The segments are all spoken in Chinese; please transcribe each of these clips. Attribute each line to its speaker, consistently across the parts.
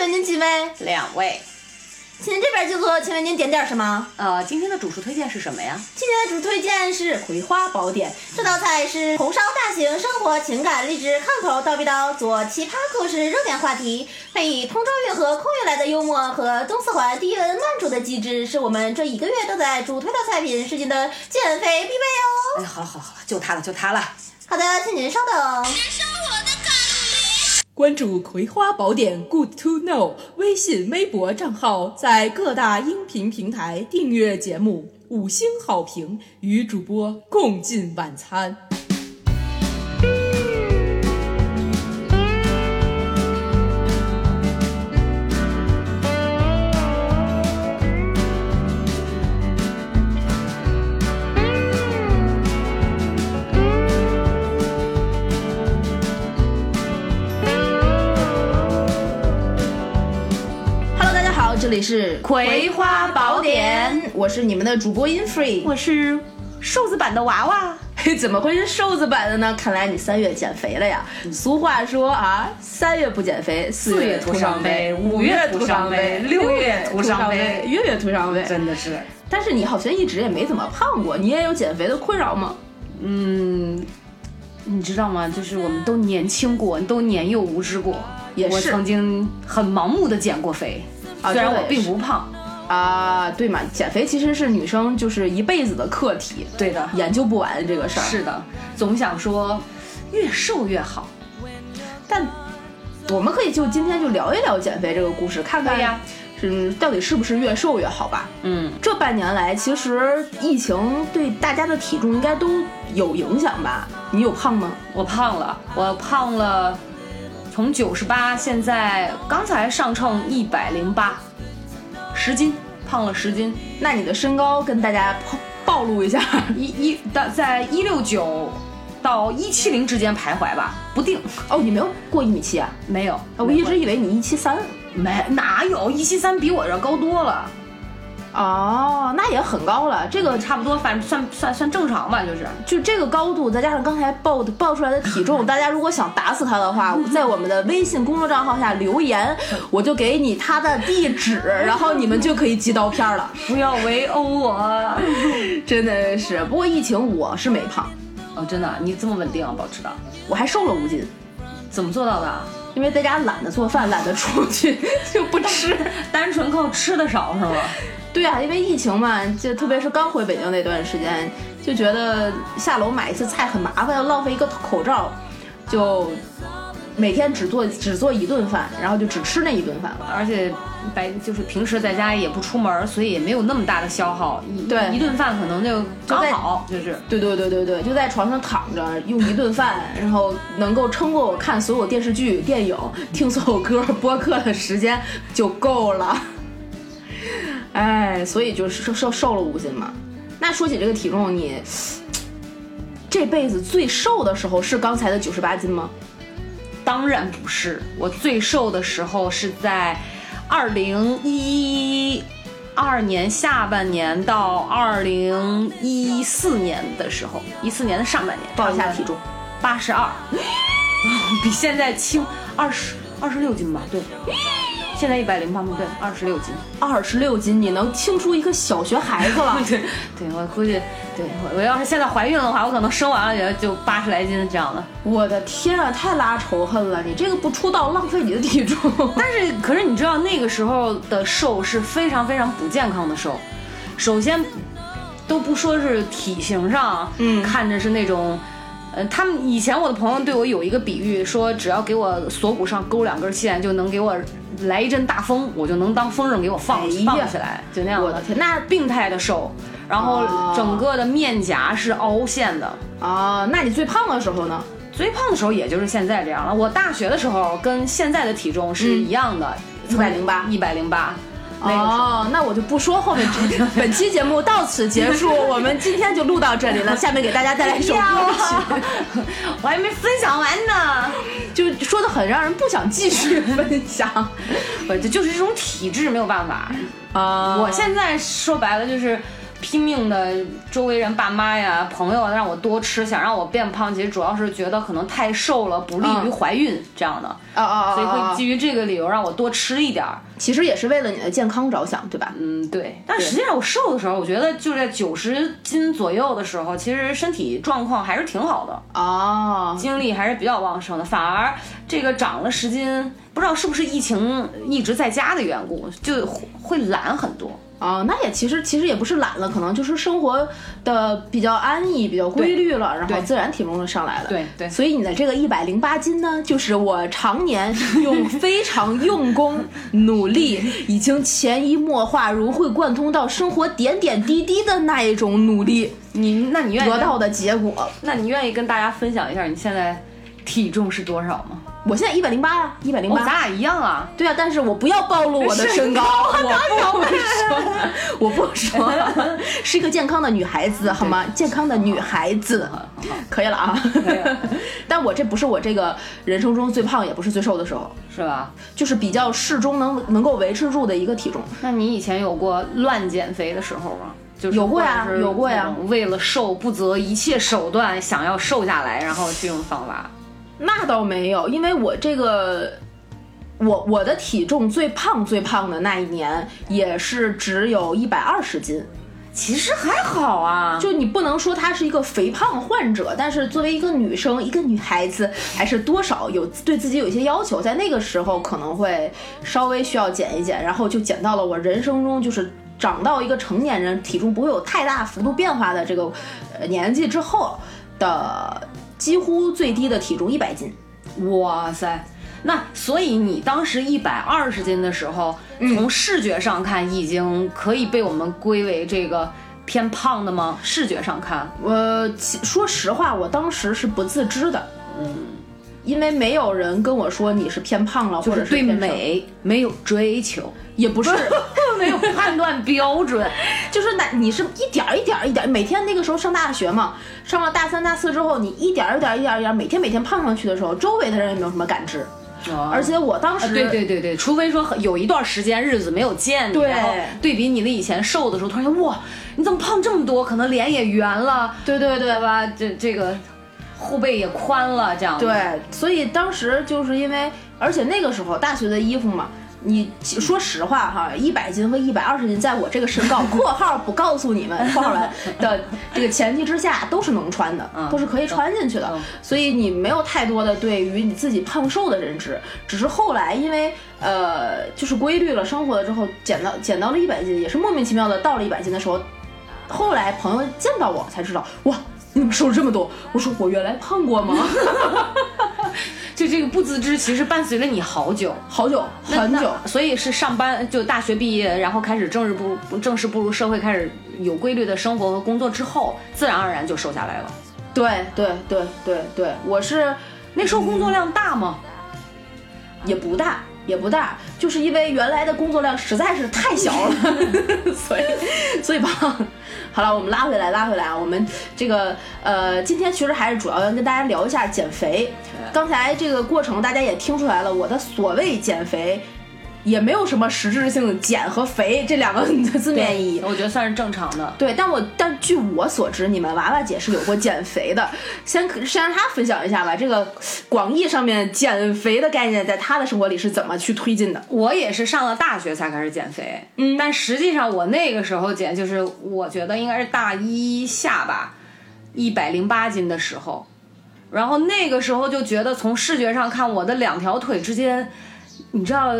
Speaker 1: 问您几位？
Speaker 2: 两位，
Speaker 1: 请这边静坐，请问您点点什么？
Speaker 2: 呃，今天的主厨推荐是什么呀？
Speaker 1: 今天的主推荐是《葵花宝典》，这道菜是红烧大型生活、情感、励志、炕头、刀逼刀做奇葩故事热点话题，配以通州运河空运来的幽默和东四环低温慢煮的机制，是我们这一个月都在主推的菜品是您的减肥必备哦。
Speaker 2: 哎，好了好了好了，就它了就它了。
Speaker 1: 好的，请您稍等。
Speaker 3: 关注《葵花宝典》Good to Know 微信、微博账号，在各大音频平台订阅节目，五星好评，与主播共进晚餐。
Speaker 4: Hello，大家好，这里是《葵花宝典》，我是你们的主播 Infree。
Speaker 2: 我是瘦子版的娃娃，
Speaker 4: 嘿，怎么会是瘦子版的呢？看来你三月减肥了呀。俗话说啊，三月不减肥，四
Speaker 2: 月
Speaker 4: 徒
Speaker 2: 徒伤
Speaker 4: 伤
Speaker 2: 悲
Speaker 4: 五
Speaker 2: 五月
Speaker 4: 月
Speaker 2: 徒
Speaker 4: 徒伤
Speaker 2: 伤
Speaker 4: 悲，
Speaker 2: 悲
Speaker 4: 六
Speaker 2: 六
Speaker 4: 月
Speaker 2: 月
Speaker 4: 徒
Speaker 2: 徒
Speaker 4: 伤
Speaker 2: 伤
Speaker 4: 悲
Speaker 2: 悲，
Speaker 4: 月月徒伤悲。
Speaker 2: 真的是，
Speaker 4: 但是你好像一直也没怎么胖过，你也有减肥的困扰吗？
Speaker 2: 嗯，你知道吗？就是我们都年轻过，都年幼无知过。
Speaker 4: 也
Speaker 2: 我
Speaker 4: 是
Speaker 2: 曾经很盲目的减过肥，
Speaker 4: 啊
Speaker 2: 虽然
Speaker 4: 这
Speaker 2: 我
Speaker 4: 也
Speaker 2: 并
Speaker 4: 是
Speaker 2: 不胖。
Speaker 4: 啊，对嘛，减肥其实是女生就是一辈子的课题，
Speaker 2: 对的，
Speaker 4: 研究不完这个事儿。
Speaker 2: 是的，总想说越瘦越好。
Speaker 4: 但我们可以就今天就聊一聊减肥这个故事，看看
Speaker 2: 可以啊
Speaker 4: 是到底是不是越瘦越好吧？
Speaker 2: 嗯，
Speaker 4: 这半年来，其实疫情对大家的体重应该都有影响吧？你有胖吗？
Speaker 2: 我胖了，我胖了，从九十八现在刚才上称一百零八，十斤，胖了十斤，
Speaker 4: 那你的身高跟大家暴暴露一下，
Speaker 2: 一一大在一六九到一七零之间徘徊吧，不定，
Speaker 4: 哦，你没有过一米七啊？
Speaker 2: 没有，
Speaker 4: 啊我一直以为你一七三。
Speaker 2: 没哪有一七三比我这高多了，
Speaker 4: 哦，那也很高了。这个
Speaker 2: 差不多，反正算算算正常吧，就是
Speaker 4: 就这个高度，再加上刚才报的报出来的体重，大家如果想打死他的话，在我们的微信公众账号下留言，我就给你他的地址，然后你们就可以寄刀片了。
Speaker 2: 不要围殴我，
Speaker 4: 真的是，不过疫情我是没胖，
Speaker 2: 哦，真的，你这么稳定啊，保持的，
Speaker 4: 我还瘦了五斤，
Speaker 2: 怎么做到的？啊
Speaker 4: 因为在家懒得做饭，懒得出去，就不吃。
Speaker 2: 单纯靠吃的少是吗？
Speaker 4: 对啊，因为疫情嘛，就特别是刚回北京那段时间，就觉得下楼买一次菜很麻烦，要浪费一个口罩，就每天只做只做一顿饭，然后就只吃那一顿饭了。
Speaker 2: 而且白就是平时在家也不出门，所以也没有那么大的消耗。一
Speaker 4: 对
Speaker 2: 一顿饭可能就刚好，就是
Speaker 4: 对对对对对，就在床上躺着，用一顿饭，然后能够撑过我看所有电视剧、电影、听所有歌、播客的时间就够了。哎，所以就是瘦瘦瘦了五斤嘛。那说起这个体重，你这辈子最瘦的时候是刚才的九十八斤吗？
Speaker 2: 当然不是。我最瘦的时候是在二零一二年下半年到二零一四年的时候，一四年的上半年
Speaker 4: 报一下体重，
Speaker 2: 八十二， 比现在轻二十二十六斤吧？对，现在一百零八吗？对，二十六斤。
Speaker 4: 二十六斤，你能轻出一个小学孩子了。
Speaker 2: 对我估计，对我我要是现在怀孕的话，我可能生完了也就八十来斤这样的。
Speaker 4: 我的天啊，太拉仇恨了！你这个不出道，浪费你的体重。
Speaker 2: 但是，可是你知道那个时候的瘦是非常非常不健康的瘦，首先都不说是体型上，啊
Speaker 4: 嗯
Speaker 2: 看着是那种。呃，他们以前我的朋友对我有一个比喻，说只要给我锁骨上勾两根线，就能给我来一阵大风，我就能当风筝给我放、
Speaker 4: 哎呀
Speaker 2: 放起来，就那样
Speaker 4: 我的天
Speaker 2: 那病态的瘦，然
Speaker 4: 哦
Speaker 2: 后整个的面颊是凹陷的，
Speaker 4: 啊，那你最胖的时候呢？
Speaker 2: 最胖的时候也就是现在这样了。我大学的时候跟现在的体重是一样的，
Speaker 4: 108
Speaker 2: 嗯一百零八。那个时候
Speaker 4: 哦，那我就不说后面 这本期节目到此结束，我们今天就录到这里 了。下面给大家带来一
Speaker 2: 哎
Speaker 4: 首歌曲，
Speaker 2: 我还没分享完呢，
Speaker 4: 就说的很让人不想继续 分享
Speaker 2: 不，这就是这种体质没有办法。
Speaker 4: 啊。
Speaker 2: 我现在说白了就是拼命的周围人、爸妈呀、朋友啊让我多吃，想让我变胖，其实主要是觉得可能太瘦了，不利于
Speaker 4: 嗯
Speaker 2: 怀孕这样的，
Speaker 4: 啊啊啊！
Speaker 2: 所以
Speaker 4: 啊
Speaker 2: 会基于这个理由让我多吃一点儿。
Speaker 4: 其实也是为了你的健康着想，对吧？
Speaker 2: 嗯，对。但实际上我瘦的时候，我觉得就是在九十斤左右的时候，其实身体状况还是挺好的，
Speaker 4: 哦，
Speaker 2: 精力还是比较旺盛的。反而这个长了十斤，不知道是不是疫情一直在家的缘故，就会懒很多。
Speaker 4: 哦，那也其实其实也不是懒了，可能就是生活的比较安逸、比较规律了，然后
Speaker 2: 对
Speaker 4: 自然体重就上来了。
Speaker 2: 对对
Speaker 4: 所以你的这个一百零八斤呢，就是我常年 用非常用功、努力，已经潜移默化、融会贯通到生活点点滴滴的那一种努力
Speaker 2: 你哎那你愿意
Speaker 4: 得到的结果。
Speaker 2: 那你愿意跟大家分享一下你现在体重是多少吗？
Speaker 4: 我现在一百零八呀，一百零
Speaker 2: 哦，
Speaker 4: 八
Speaker 2: 咱。俩一样啊。
Speaker 4: 对啊，但是我不要暴露我的身高，我不会说，我不说了，是一个健康的女孩子，好吗？健康的女孩子，可以了啊
Speaker 2: 以了。
Speaker 4: 但我这不是我这个人生中最胖，也不是最瘦的时候，
Speaker 2: 是吧？
Speaker 4: 就是比较适中能，能够维持住的一个体重。
Speaker 2: 那你以前有过乱减肥的时候吗？就是
Speaker 4: 有过呀
Speaker 2: 或者是
Speaker 4: 有过呀
Speaker 2: 那种为了瘦不择一切手段想要瘦下来，然后这种方法。
Speaker 4: 那倒没有，因为我这个。我我的体重最胖最胖的那一年也是只有一百二十斤，
Speaker 2: 其实还好啊，
Speaker 4: 就你不能说她是一个肥胖患者，但是作为一个女生，一个女孩子，还是多少有对自己有一些要求，在那个时候可能会稍微需要减一减，然后就减到了我人生中就是长到一个成年人体重不会有太大幅度变化的这个呃年纪之后的几乎最低的体重一百斤。
Speaker 2: 哇塞。那所以你当时一百二十斤的时候，从视觉上看已经可以被我们归为这个偏胖的吗？视觉上看，
Speaker 4: 我其说实话，我当时是不自知的，嗯，因为没有人跟我说你是偏胖了，
Speaker 2: 就
Speaker 4: 或者
Speaker 2: 是对
Speaker 4: 偏瘦
Speaker 2: 美没有追求，
Speaker 4: 也 不是。
Speaker 2: 没有判断标 准。
Speaker 4: 就是那你是一点儿一点儿一点儿，每天那个时候上大学嘛，上了大三大四之后，你一点儿一点儿一点儿一点儿，每天每天胖上去的时候，周围的人也没有什么感知。而
Speaker 2: 而
Speaker 4: 且我当时、
Speaker 2: 啊，对对对对，除非说很有一段时间日子没有见你，
Speaker 4: 对
Speaker 2: 然后对比你的以前瘦的时候，突然间哇，你怎么胖这么多？可能脸也圆了，
Speaker 4: 对对对
Speaker 2: 对吧？这这个后背也宽了，这样
Speaker 4: 对，所以当时就是因为，而且那个时候大学的衣服嘛。你其说实话哈，一百斤和一百二十斤，在我这个身高（ 括号不告诉你们）括号完的这个前提之下，都是能穿的，
Speaker 2: 嗯
Speaker 4: 都是可以穿进去的。
Speaker 2: 嗯
Speaker 4: 所以你没有太多的对于你自己胖瘦的认知，只是后来因为呃就是规律了生活了之后，减到减到了一百斤，也是莫名其妙的到了一百斤的时候，后来朋友见到我才知道，哇，你怎么瘦了这么多？我说我原来胖过吗？
Speaker 2: 就这个不自知，其实伴随了你好久。
Speaker 4: 好久
Speaker 2: 那
Speaker 4: 很久，
Speaker 2: 那所以是上班就大学毕业，然后开始正式步入正式步入社会，开始有规律的生活和工作之后，自然而然就瘦下来了。
Speaker 4: 对对对对对，我是
Speaker 2: 那时候工作量大吗？
Speaker 4: 也不大也不大，就是因为原来的工作量实在是太小 了，所以所以胖。好了，我们拉回来，拉回来啊！我们这个呃，今天其实还是主要要跟大家聊一下减肥。刚才这个过程大家也听出来了，我的所谓减肥也没有什么实质性的减和肥这两个 字面意义。
Speaker 2: 我觉得算是正常的。
Speaker 4: 对，但我但据我所知，你们娃娃姐是有过减肥的，先先让她分享一下吧。这个广义上面减肥的概念，在她的生活里是怎么去推进的？
Speaker 2: 我也是上了大学才开始减肥，嗯，但实际上我那个时候减，就是我觉得应该是大一下吧，一百零八斤的时候，然后那个时候就觉得从视觉上看，我的两条腿之间，你知道，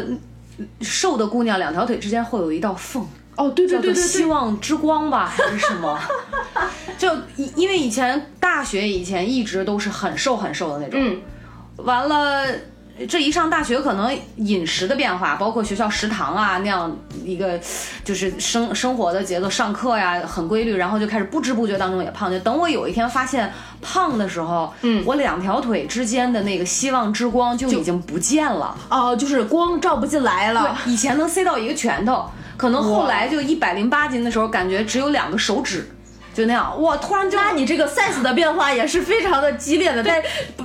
Speaker 2: 瘦的姑娘两条腿之间会有一道缝，
Speaker 4: 哦，对对
Speaker 2: 叫做希望之光吧，还是什 么？就因因为以前大学以前一直都是很瘦很瘦的那种，
Speaker 4: 嗯
Speaker 2: 完了。这一上大学，可能饮食的变化，包括学校食堂啊那样一个，就是生生活的节奏，上课呀很规律，然后就开始不知不觉当中也胖。就等我有一天发现胖的时候，嗯，我两条腿之间的那个希望之光就已经不见了。
Speaker 4: 哦，就是光照不进来了。
Speaker 2: 以前能塞到一个拳头，可能后来就一百零八斤的时候，感觉只有两个手指，就那样。哇，突然就
Speaker 4: 那你这个 size 的变化也是非常的激烈的，但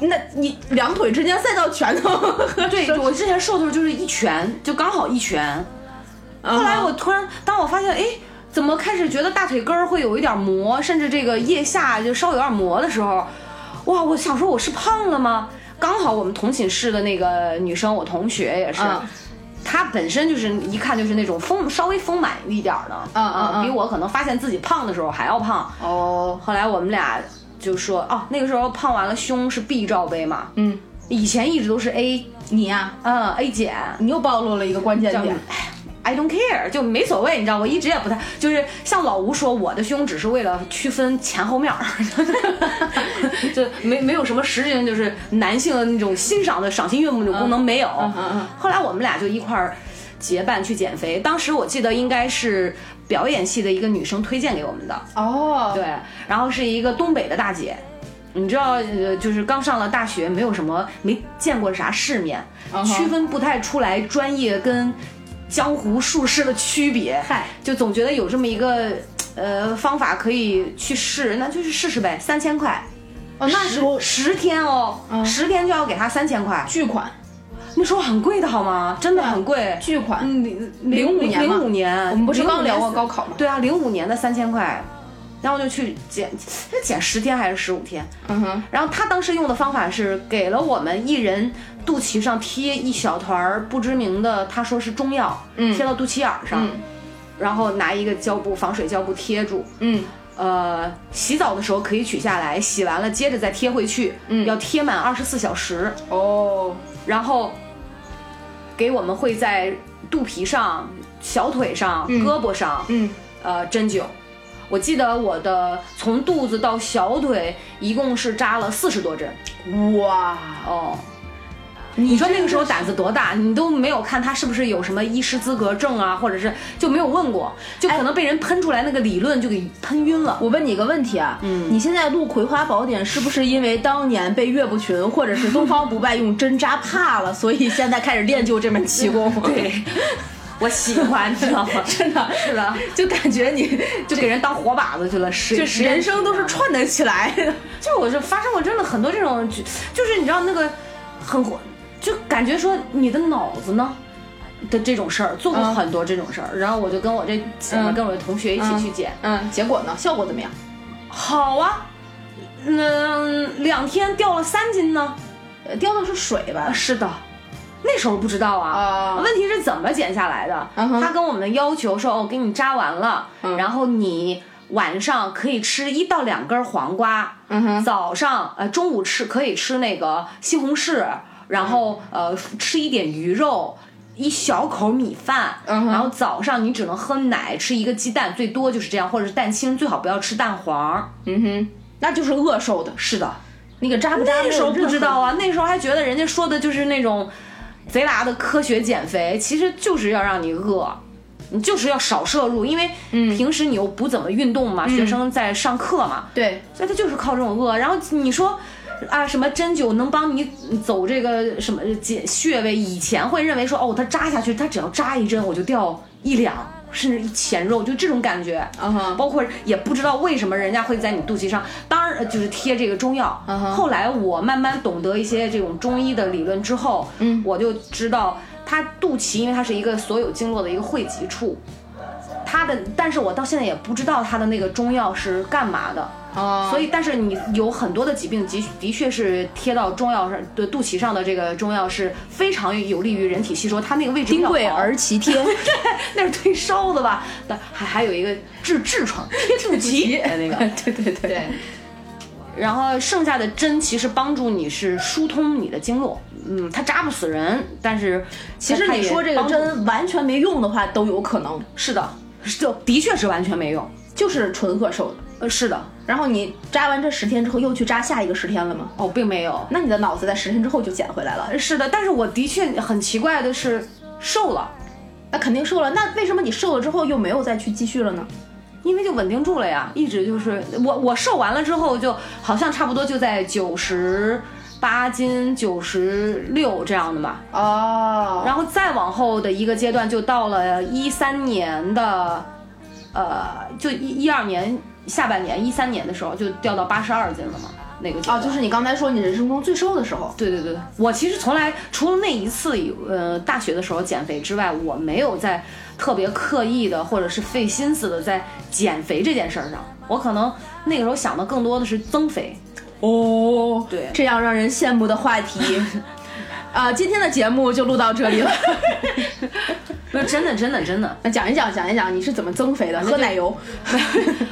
Speaker 4: 那你两腿之间赛到拳头，
Speaker 2: 对我之前瘦的时候就是一拳，就刚好一拳。后
Speaker 4: 后
Speaker 2: 来我突然，当我发现，哎，怎么开始觉得大腿根儿会有一点磨，甚至这个腋下就稍有点磨的时候，哇，我想说我是胖了吗？刚好我们同寝室的那个女生，我同学也是，
Speaker 4: 嗯
Speaker 2: 她本身就是一看就是那种丰稍微丰满一点儿的，
Speaker 4: 嗯嗯嗯
Speaker 2: 比我可能发现自己胖的时候还要胖。
Speaker 4: 哦，
Speaker 2: 后来我们俩就说，哦，那个时候胖完了胸是 B 罩杯嘛，
Speaker 4: 嗯，
Speaker 2: 以前一直都是 A，
Speaker 4: 你呀、
Speaker 2: 嗯 A 减，
Speaker 4: 你又暴露了一个关键
Speaker 2: 叫
Speaker 4: 点。
Speaker 2: 哎 I don't care，就没所谓，你知道，我一直也不太就是像老吴说，我的胸只是为了区分前后面儿， 就没没有什么实质性，就是男性的那种欣赏的赏心悦目的功能没有。
Speaker 4: 嗯嗯
Speaker 2: 后来我们俩就一块儿结伴去减肥，当时我记得应该是表演系的一个女生推荐给我们的，
Speaker 4: 哦，
Speaker 2: 对，然后是一个东北的大姐，你知道，呃，就是刚上了大学，没有什么，没见过啥世面
Speaker 4: 嗯哼
Speaker 2: 区分不太出来专业跟江湖术士的区别，
Speaker 4: 嗨，
Speaker 2: 就总觉得有这么一个呃方法可以去试，那就去试试呗，三千块。
Speaker 4: 哦，那
Speaker 2: 十
Speaker 4: 时候
Speaker 2: 十天哦，
Speaker 4: 嗯
Speaker 2: 十天就要给他三千块，
Speaker 4: 巨款，
Speaker 2: 那时候很贵的好吗？真的很贵。
Speaker 4: 巨款。
Speaker 2: 嗯，零
Speaker 4: 05年嘛
Speaker 2: 零五年，
Speaker 4: 我们不是刚聊过
Speaker 2: 05年
Speaker 4: 高考吗？
Speaker 2: 对啊，零五年的三千块，然后就去减，他减十天还是十五天？
Speaker 4: 嗯哼，
Speaker 2: 然后他当时用的方法是给了我们一人肚脐上贴一小团儿不知名的，他说是中药，
Speaker 4: 嗯
Speaker 2: 贴到肚脐眼儿上，
Speaker 4: 嗯
Speaker 2: 然后拿一个胶布防水胶布贴住。
Speaker 4: 嗯，
Speaker 2: 呃，洗澡的时候可以取下来，洗完了接着再贴回去，
Speaker 4: 嗯
Speaker 2: 要贴满二十四小时。
Speaker 4: 哦，
Speaker 2: 然后给我们会在肚皮上、小腿上、
Speaker 4: 嗯
Speaker 2: 胳膊上，
Speaker 4: 嗯，
Speaker 2: 呃，针灸。我记得我的从肚子到小腿一共是扎了四十多针。
Speaker 4: 哇，
Speaker 2: 哦，你说那个时候胆子多大？你都没有看他是不是有什么医师资格证啊，或者是就没有问过，就可能被人喷出来那个理论就给喷晕了。
Speaker 4: 我问你一个问题啊，嗯，你现在录《葵花宝典》是不是因为当年被岳不群或者是东方不败用针扎怕了，所以现在开始练就这门奇 功？
Speaker 2: 对，我喜欢，你知道吗？
Speaker 4: 真的
Speaker 2: 是的，
Speaker 4: 就感觉你
Speaker 2: 就给人当活靶子去了，实
Speaker 4: 就啊
Speaker 2: 实验
Speaker 4: 人生都是串联起来的。
Speaker 2: 就是我是发生过真的很多这种，就就是你知道那个很火，就感觉说你的脑子呢的这种事儿，做过
Speaker 4: 嗯
Speaker 2: 很多这种事儿。然后我就跟我这姐们儿、
Speaker 4: 嗯
Speaker 2: 跟我的同学一起
Speaker 4: 嗯
Speaker 2: 去减，
Speaker 4: 嗯，结果呢？效果怎么样？
Speaker 2: 好啊，嗯，两天掉了三斤呢。
Speaker 4: 呃掉的是水
Speaker 2: 啊
Speaker 4: 吧？
Speaker 2: 是的，那时候不知道啊。
Speaker 4: 啊
Speaker 2: 问题是怎么减下来的？
Speaker 4: 嗯哼
Speaker 2: 他跟我们要求说，哦，给你扎完了，
Speaker 4: 嗯
Speaker 2: 然后你晚上可以吃一到两根黄瓜，
Speaker 4: 嗯哼
Speaker 2: 早上呃中午吃可以吃那个西红柿，然后
Speaker 4: 嗯
Speaker 2: 呃吃一点鱼肉。一小口米饭，
Speaker 4: 嗯哼
Speaker 2: 然后早上你只能喝奶，吃一个鸡蛋，最多就是这样，或者是蛋清，最好不要吃蛋黄。
Speaker 4: 嗯哼，那就是饿瘦的。
Speaker 2: 是的，
Speaker 4: 那个扎不扎
Speaker 2: 那时候
Speaker 4: 没有
Speaker 2: 不知
Speaker 4: 任何
Speaker 2: 道啊，那时候还觉得人家说的就是那种贼拉的科学减肥，其实就是要让你饿，你就是要少摄入，因为
Speaker 4: 嗯
Speaker 2: 平时你又不怎么运动嘛，学生在上课嘛，
Speaker 4: 对，
Speaker 2: 所以他就是靠这种饿。然后你说。啊，什么针灸能帮你走这个什么解穴位？以前会认为说，哦，他扎下去，他只要扎一针，我就掉一两甚至一钱肉，就这种感觉。
Speaker 4: 嗯哼，
Speaker 2: 包括也不知道为什么人家会在你肚脐上，当然呃就是贴这个中药。
Speaker 4: 嗯哼
Speaker 2: 后来我慢慢懂得一些这种中医的理论之后，
Speaker 4: 嗯
Speaker 2: 我就知道它肚脐，因为它是一个所有经络的一个汇集处，它的，但是我到现在也不知道它的那个中药是干嘛的。
Speaker 4: 哦，
Speaker 2: 所以，但是你有很多的疾病，的的确是贴到中药上的肚脐上的这个中药是非常有利于人体吸收，它那个位置比
Speaker 4: 丁
Speaker 2: 较
Speaker 4: 贵
Speaker 2: 薄
Speaker 4: 而其 贴。
Speaker 2: 那是退烧的吧？ 但还还有一个治痔疮贴肚 脐哎那个，
Speaker 4: 对对对
Speaker 2: 对。然后剩下的针其实帮助你是疏通你的经络，嗯，它扎不死人，但是
Speaker 4: 其实
Speaker 2: 它
Speaker 4: 你
Speaker 2: 也
Speaker 4: 说这个
Speaker 2: 帮助
Speaker 4: 针完全没用的话，都有可能
Speaker 2: 是的，是的，的确是完全没用，
Speaker 4: 就是纯饿瘦的。
Speaker 2: 呃，是的，
Speaker 4: 然后你扎完这十天之后，又去扎下一个十天了吗？
Speaker 2: 哦，并没有，
Speaker 4: 那你的脑子在十天之后就捡回来了，
Speaker 2: 是的，但是我的确很奇怪的是瘦了，
Speaker 4: 那肯定瘦了。那为什么你瘦了之后又没有再去继续了呢？
Speaker 2: 因为就稳定住了呀，一直就是我我瘦完了之后，就好像差不多就在九十八斤、九十六这样的吧，
Speaker 4: 哦，
Speaker 2: 然后再往后的一个阶段，就到了一三年的，呃，就一一二年下半年，一三年的时候就掉到八十二斤了嘛。那个阶
Speaker 4: 哦，
Speaker 2: 段
Speaker 4: 就是你刚才说你人生中最瘦的时候，
Speaker 2: 对对对，我其实从来除了那一次以呃大学的时候减肥之外，我没有在特别刻意的或者是费心思的在减肥这件事儿上。我可能那个时候想的更多的是增肥。
Speaker 4: 哦，
Speaker 2: 对
Speaker 4: 这样让人羡慕的话题。 啊，今天的节目就录到这 里了。
Speaker 2: 不是真的，真的，真的
Speaker 4: 那讲一讲，讲一讲你是怎么增肥的？
Speaker 2: 就
Speaker 4: 喝奶 油，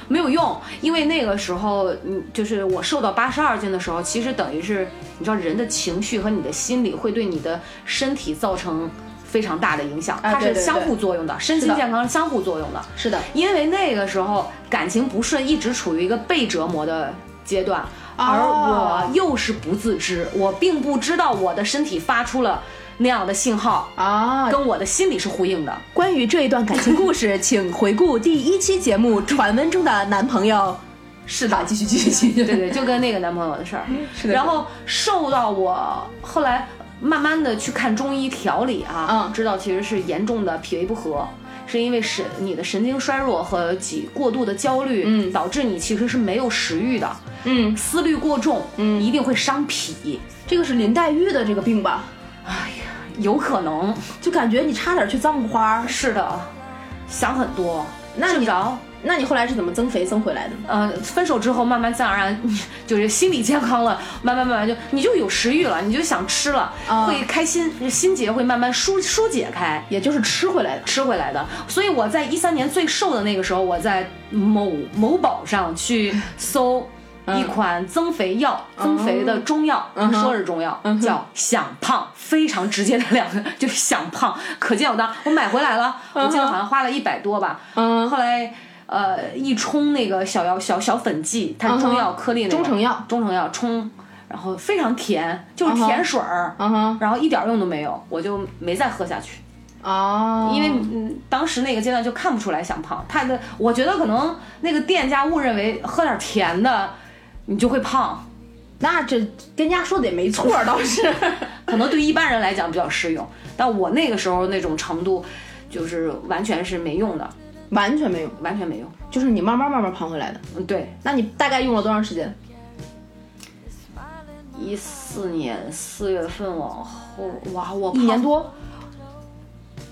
Speaker 2: 没有用，因为那个时候，嗯，就是我瘦到八十二斤的时候，其实等于是你知道人的情绪和你的心理会对你的身体造成非常大的影响，它
Speaker 4: 啊对
Speaker 2: 是
Speaker 4: 对对
Speaker 2: 相互作用的，身
Speaker 4: 是
Speaker 2: 心
Speaker 4: 的
Speaker 2: 健康是相互作用的。
Speaker 4: 是的，
Speaker 2: 因为那个时候感情不顺，一直处于一个被折磨的阶段，
Speaker 4: 哦
Speaker 2: 而我又是不自知，我并不知道我的身体发出了那样的信号，
Speaker 4: 啊，
Speaker 2: 跟我的心理是呼应 的。
Speaker 4: 关于这一段感情故事，请回顾第一期节目《传闻中的男朋友》。是的，继续继续继续。
Speaker 2: 对对，就跟那个男朋友的事儿。
Speaker 4: 是的
Speaker 2: 然后瘦到我后来慢慢的去看中医调理啊，
Speaker 4: 嗯
Speaker 2: 知道其实是严重的脾胃不和。是因为神你的神经衰弱和几过度的焦虑，
Speaker 4: 嗯
Speaker 2: 导致你其实是没有食欲的，
Speaker 4: 嗯，
Speaker 2: 思虑过重，嗯，一定会伤脾，
Speaker 4: 这个是林黛玉的这个病吧？
Speaker 2: 有可能
Speaker 4: 就感觉你差点去葬花。
Speaker 2: 是的，想很多，
Speaker 4: 那
Speaker 2: 睡不
Speaker 4: 你
Speaker 2: 着，
Speaker 4: 那你后来是怎么增肥增回来的？
Speaker 2: 呃，分手之后慢慢自然而然就是心理健康了，慢慢慢慢就你就有食欲了，你就想吃了，
Speaker 4: 啊
Speaker 2: 会开心，心结会慢慢疏疏解开，
Speaker 4: 也就是吃回来的。
Speaker 2: 吃回来的。所以我在一三年最瘦的那个时候，我在某某宝上去搜一款增肥药、增肥的中药，
Speaker 4: 哦嗯哼
Speaker 2: 说是中药，叫想胖，非常直接的两个， 就是想胖。可见我当我买回来了，我记得好像花了一百多吧。
Speaker 4: 嗯
Speaker 2: 后来。呃，一冲那个小药小小粉剂，它是中药
Speaker 4: 嗯哼
Speaker 2: 颗粒那个
Speaker 4: 中成药，
Speaker 2: 中成药冲，然后非常甜，就是
Speaker 4: 哼
Speaker 2: 甜水儿，
Speaker 4: 嗯哼，
Speaker 2: 然后一点儿用都没有，我就没再喝下去。
Speaker 4: 哦，
Speaker 2: 因为嗯，当时那个阶段就看不出来想胖，他的我觉得可能那个店家误认为喝点甜的你就会胖，
Speaker 4: 那这跟人家说的也没错儿，倒 是。
Speaker 2: 可能对一般人来讲比较适用，但我那个时候那种程度就是完全是没用的，
Speaker 4: 完全没有，
Speaker 2: 完全没用。
Speaker 4: 就是你慢慢慢慢胖回来的。
Speaker 2: 嗯，对，
Speaker 4: 那你大概用了多长时间？
Speaker 2: 一四年四月份往后，哇，我
Speaker 4: 一年多。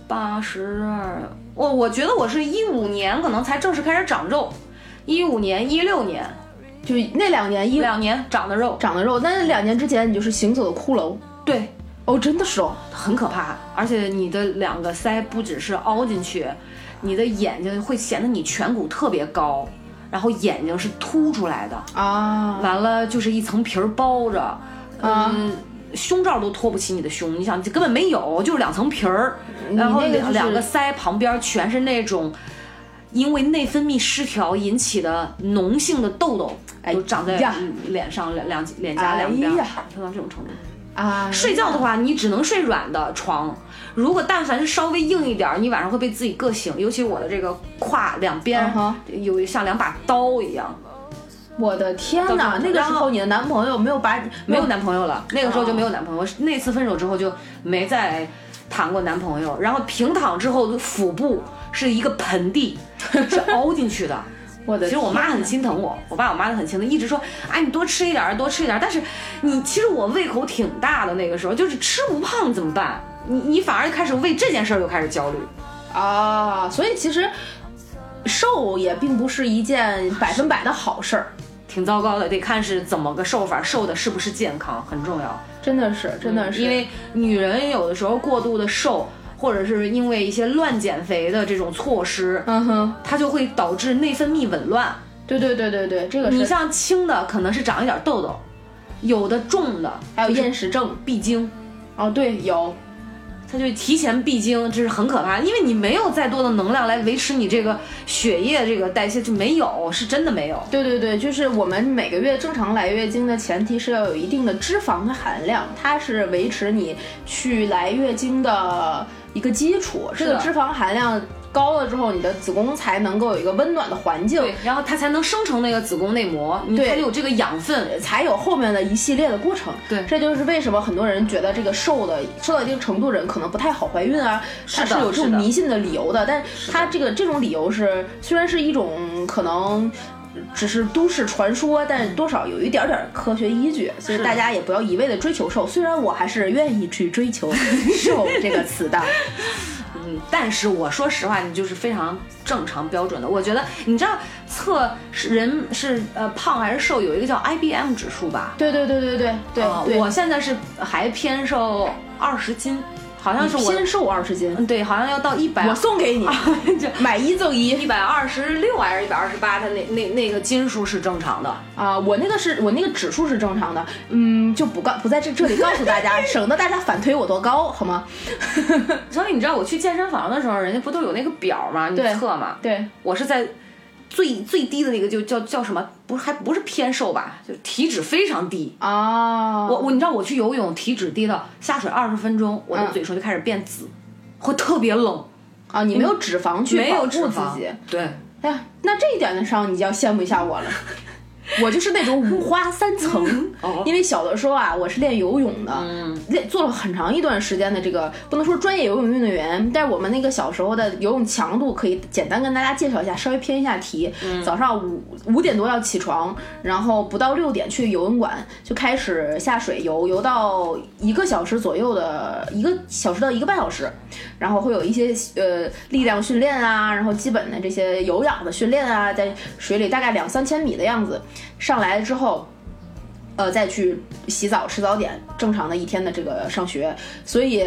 Speaker 2: 八十二，我我觉得我是一五年可能才正式开始长肉，一五年一六年
Speaker 4: 就是那两年一
Speaker 2: 两年长的肉，
Speaker 4: 长的肉，但是两年之前你就是行走的骷髅
Speaker 2: 对，
Speaker 4: 哦，真的是哦，
Speaker 2: 很可怕，而且你的两个腮不只是凹进去，你的眼睛会显得你颧骨特别高，然后眼睛是凸出来的，
Speaker 4: 啊
Speaker 2: 完了就是一层皮儿包着，
Speaker 4: 啊
Speaker 2: 嗯，胸罩都托不起你的胸，你想这根本没有，就是两层皮儿，然后
Speaker 4: 那个
Speaker 2: 两
Speaker 4: 就是
Speaker 2: 两个腮旁边全是那种。因为内分泌失调引起的脓性的痘痘，
Speaker 4: 哎
Speaker 2: 就长在
Speaker 4: 呀
Speaker 2: 脸上、两两脸颊两边，
Speaker 4: 哎呀
Speaker 2: 就到这种程度。
Speaker 4: 啊，
Speaker 2: 睡觉的话，你只能睡软的床。如果但凡是稍微硬一点儿，你晚上会被自己硌醒。尤其我的这个胯两边、
Speaker 4: 嗯哼
Speaker 2: 有像两把刀一样。
Speaker 4: 我的天
Speaker 2: 到
Speaker 4: 哪！
Speaker 2: 这
Speaker 4: 那个
Speaker 2: 然
Speaker 4: 时
Speaker 2: 后
Speaker 4: 候你的男朋友没有把你
Speaker 2: 没有男朋友了，那个时候就没有男朋友。那次分手之后就没再谈过男朋友。然后平躺之后，腹部是一个盆地，是凹进去的。
Speaker 4: 我的
Speaker 2: 其实我妈很心疼我，我爸我妈都很心疼，一直说，哎，你多吃一点儿，多吃一点儿。但是你其实我胃口挺大的，那个时候就是吃不胖怎么办？你你反而开始为这件事儿又开始焦虑，
Speaker 4: 啊，所以其实瘦也并不是一件百分百的好事儿，
Speaker 2: 挺糟糕的。得看是怎么个瘦法，瘦的是不是健康很重要。
Speaker 4: 真的是真的
Speaker 2: 嗯
Speaker 4: 是，
Speaker 2: 因为女人有的时候过度的瘦，或者是因为一些乱减肥的这种措施，
Speaker 4: 嗯哼，
Speaker 2: 它就会导致内分泌紊乱。
Speaker 4: 对对对对对，这个
Speaker 2: 你
Speaker 4: 是
Speaker 2: 像轻的可能是长一点痘痘，有的重的
Speaker 4: 还有
Speaker 2: 就是
Speaker 4: 厌食症
Speaker 2: 闭经。
Speaker 4: 哦，对，有
Speaker 2: 它就提前闭经，这是很可怕，因为你没有再多的能量来维持你这个血液这个代谢，就没有，是真的没有。
Speaker 4: 对对对，就是我们每个月正常来月经的前提是要有一定的脂肪的含量，它是维持你去来月经的一个基础。这
Speaker 2: 的
Speaker 4: 个脂肪含量高了之后，你的子宫才能够有一个温暖的环境，
Speaker 2: 对，然后它才能生成那个子宫内膜，你
Speaker 4: 对
Speaker 2: 才有这个养分。
Speaker 4: 才有后面的一系列的过程。
Speaker 2: 对
Speaker 4: 这就是为什么很多人觉得这个瘦的瘦到一定程度人可能不太好怀孕啊，它
Speaker 2: 的
Speaker 4: 是有这
Speaker 2: 是
Speaker 4: 种
Speaker 2: 的
Speaker 4: 迷信的理由的。但是它这个这种理由是虽然是一种可能。只是都市传说，但是多少有一点点科学依据，所以大家也不要一味的追求瘦。虽然我还是愿意去追求瘦这个词的，
Speaker 2: 嗯，但是我说实话，你就是非常正常标准的。我觉得，你知道测是人是呃胖还是瘦，有一个叫 IBM 指数吧？
Speaker 4: 对对对对对对
Speaker 2: 啊
Speaker 4: 对，
Speaker 2: 我现在是还偏瘦二十斤，好像是我
Speaker 4: 偏瘦二 十斤，
Speaker 2: 嗯对，好像要到一百
Speaker 4: 我送给你， 买一赠一。
Speaker 2: 一百二十六还是一百二十八，它那那那个斤数是正常的。
Speaker 4: 啊、我那个是我那个指数是正常的，嗯，就不告不在这这里告诉大 家，省得大家反推我多高，好吗？
Speaker 2: 所以你知道我去健身房的时候，人家不都有那个表吗？你
Speaker 4: 对
Speaker 2: 测嘛？
Speaker 4: 对，
Speaker 2: 我是在最最低的那个就叫叫什么？不是还不是偏瘦吧？就体脂非常低。
Speaker 4: 啊，
Speaker 2: 我我你知道我去游泳，体脂低到下水二十分钟，我的
Speaker 4: 嗯
Speaker 2: 嘴唇就开始变紫，会特别冷，
Speaker 4: 啊，你没有脂肪
Speaker 2: 嗯
Speaker 4: 去
Speaker 2: 没
Speaker 4: 保
Speaker 2: 有
Speaker 4: 护
Speaker 2: 脂
Speaker 4: 自
Speaker 2: 肪
Speaker 4: 己，。
Speaker 2: 对，
Speaker 4: 哎呀，那这一点上你就要羡慕一下我了。我就是那种五花三层，
Speaker 2: 哦
Speaker 4: 因为小的时候啊，我是练游泳的，练做了很长一段时间的这个，不能说专业游泳运动员，但是我们那个小时候的游泳强度可以简单跟大家介绍一下，稍微偏一下题。早上五五点多要起床，然后不到六点去游泳馆就开始下水游，游到一个小时左右的一个小时到一个半小时，然后会有一些呃力量训练啊，然后基本的这些有氧的训练啊，在水里大概两三千米的样子，上来之后。呃，再去洗澡、吃早点，正常的一天的这个上学，所以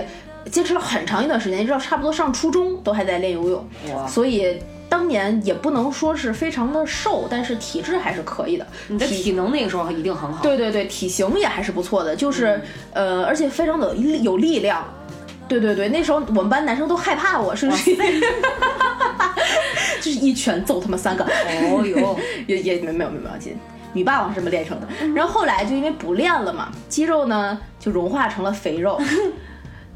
Speaker 4: 坚持了很长一段时间，一直到差不多上初中都还在练游泳，
Speaker 2: 哇，
Speaker 4: 所以当年也不能说是非常的瘦，但是体质还是可以的。
Speaker 2: 你的体能那个时候一定很好。
Speaker 4: 对对对，体型也还是不错的，就是、
Speaker 2: 嗯
Speaker 4: 呃，而且非常的有力量。对对对，那时候我们班男生都害怕我，是不是？ 就是一拳揍他们三个。
Speaker 2: 哦哟，
Speaker 4: 也也没没有没有没有劲。女霸王是这么练成的，
Speaker 2: 嗯
Speaker 4: 然后后来就因为不练了嘛，肌肉呢就融化成了肥 肉。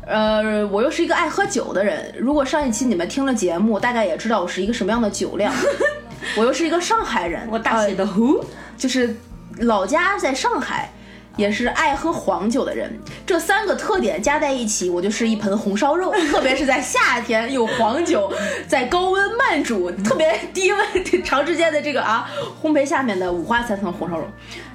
Speaker 4: 呃，我又是一个爱喝酒的人，如果上一期你们听了节目，大概也知道我是一个什么样的酒 量。我又是一个上海人，
Speaker 2: 我大写的呼，
Speaker 4: 就是老家在上海，也是爱喝黄酒的人。这三个特点加在一起，我就是一盆红烧肉。特别是在夏天，有黄酒在高温慢煮，特别低温、 长时间的这个啊烘焙下面的五花三层红烧肉，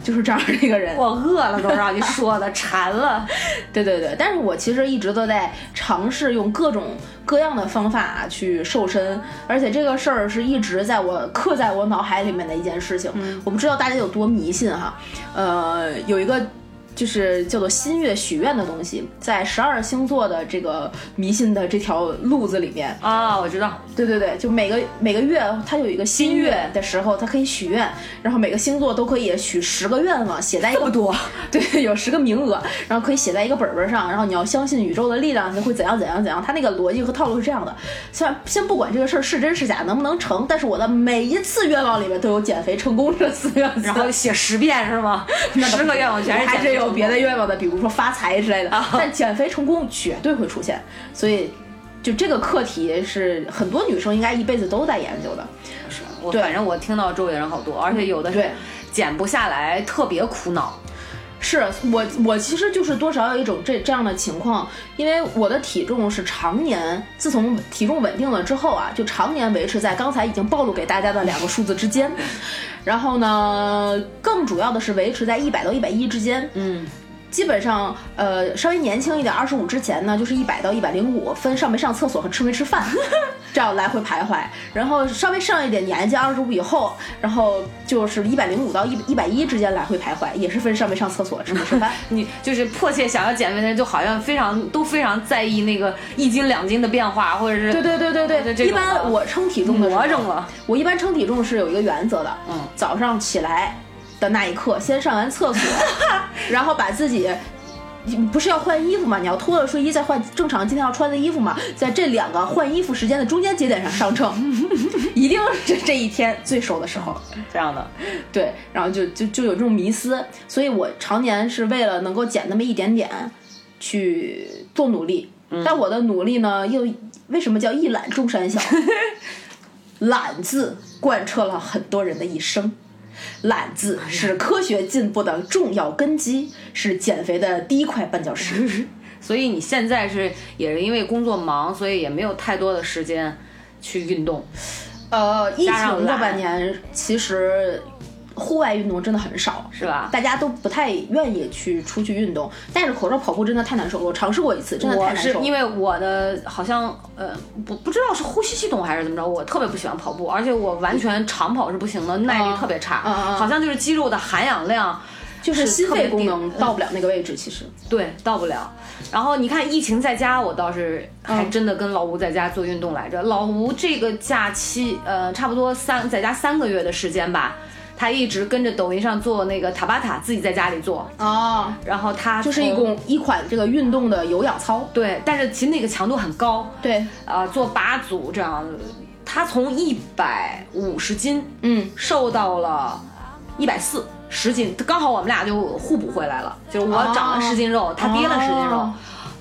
Speaker 4: 就是这样的一个人。
Speaker 2: 我饿了都让你说的 馋了。
Speaker 4: 对对对，但是我其实一直都在尝试用各种各样的方法啊去瘦身，而且这个事儿是一直在我刻在我脑海里面的一件事情。我不知道大家有多迷信哈，呃，有一个。就是叫做新月许愿的东西，在十二星座的这个迷信的这条路子里面，
Speaker 2: 啊，我知道，
Speaker 4: 对对对，就每个每个月它有一个新月的时候，它可以许愿，然后每个星座都可以许十个愿望，写在一个多， 对，有十个名额，然后可以写在一个本本上，然后你要相信宇宙的力量，就会怎样怎样怎样。它那个逻辑和套路是这样的，虽然先不管这个事儿是真是假，能不能成，但是我的每一次愿望里面都有减肥成功这四个 字，
Speaker 2: 然后写十遍是 吗？十个愿望全是
Speaker 4: 还
Speaker 2: 减肥
Speaker 4: 真有
Speaker 2: 成
Speaker 4: 别的
Speaker 2: 功
Speaker 4: 愿望的，比如说发财之类的
Speaker 2: 啊。
Speaker 4: 但减肥成功绝对会出现，所以就这个课题是很多女生应该一辈子都在研究的。
Speaker 2: 是我
Speaker 4: 对
Speaker 2: 反正我听到周围人好多，而且有的是
Speaker 4: 对
Speaker 2: 减不下来，特别苦恼。
Speaker 4: 是我，我其实就是多少有一种这这样的情况，因为我的体重是常年，自从体重稳定了之后啊，就常年维持在刚才已经暴露给大家的两个数字之间，然后呢，更主要的是维持在一百到一百一之间，
Speaker 2: 嗯，
Speaker 4: 基本上，呃，稍微年轻一点，二十五之前呢，就是一百到一百零五，分上没上厕所和吃没吃饭，这样来回徘徊。然后稍微上一点年纪，二十五以后，然后就是一百零五到一一百一之间来回徘徊，也是分上没上厕所、吃没吃饭。
Speaker 2: 你就是迫切想要减肥的人，就好像非常都非常在意那个一斤两斤的变化，或者是
Speaker 4: 对对对对
Speaker 2: 对
Speaker 4: 对，
Speaker 2: 这
Speaker 4: 一
Speaker 2: 种啊
Speaker 4: 般我称体重的时候
Speaker 2: 魔怔了。
Speaker 4: 我一般称体重是有一个原则的，
Speaker 2: 嗯
Speaker 4: 早上起来的那一刻，先上完厕所，然后把自己。你不是要换衣服嘛？你要脱了睡衣再换正常今天要穿的衣服嘛？在这两个换衣服时间的中间节点上上秤，一定是这一天最瘦的时候。
Speaker 2: 这样的。
Speaker 4: 对，然后就就就有这种迷思，所以我常年是为了能够减那么一点点去做努力，但我的努力呢，又为什么叫一览众山小？懒字贯彻了很多人的一生。懒字是科学进步的重要根基，是减肥的第一块绊脚石。
Speaker 2: 所以你现在是也是因为工作忙，所以也没有太多的时间去运动。
Speaker 4: 呃，疫
Speaker 2: 加上
Speaker 4: 情这
Speaker 2: 懒
Speaker 4: 半年其实户外运动真的很少，
Speaker 2: 是吧？
Speaker 4: 大家都不太愿意去出去运动。戴着口罩跑步真的太难受了，我尝试过一次，真的太
Speaker 2: 我
Speaker 4: 难
Speaker 2: 是
Speaker 4: 受了。
Speaker 2: 因为我的好像呃不不知道是呼吸系统还是怎么着，我特别不喜欢跑步，而且我完全长跑是不行的，耐力特别差，
Speaker 4: 嗯嗯
Speaker 2: 好像就是肌肉的含氧量
Speaker 4: 就是心肺
Speaker 2: 特
Speaker 4: 功
Speaker 2: 别
Speaker 4: 能
Speaker 2: 低
Speaker 4: 到不了那个位置，其实
Speaker 2: 对，到不了。然后你看疫情在家，我倒是还
Speaker 4: 嗯
Speaker 2: 真的跟老吴在家做运动来着。老吴这个假期，呃，差不多三在家三个月的时间吧，他一直跟着抖音上做那个塔巴塔，自己在家里做。
Speaker 4: 哦，
Speaker 2: 然后他
Speaker 4: 就是一
Speaker 2: 从
Speaker 4: 种一款这个运动的有氧操。
Speaker 2: 对，但是其实那个强度很高，
Speaker 4: 对，
Speaker 2: 啊、做八组这样。他从一百五十斤
Speaker 4: 嗯，
Speaker 2: 瘦到了一百四十斤，刚好我们俩就互补回来了，就是我
Speaker 4: 哦
Speaker 2: 长了十斤肉，他跌了十斤肉。
Speaker 4: 哦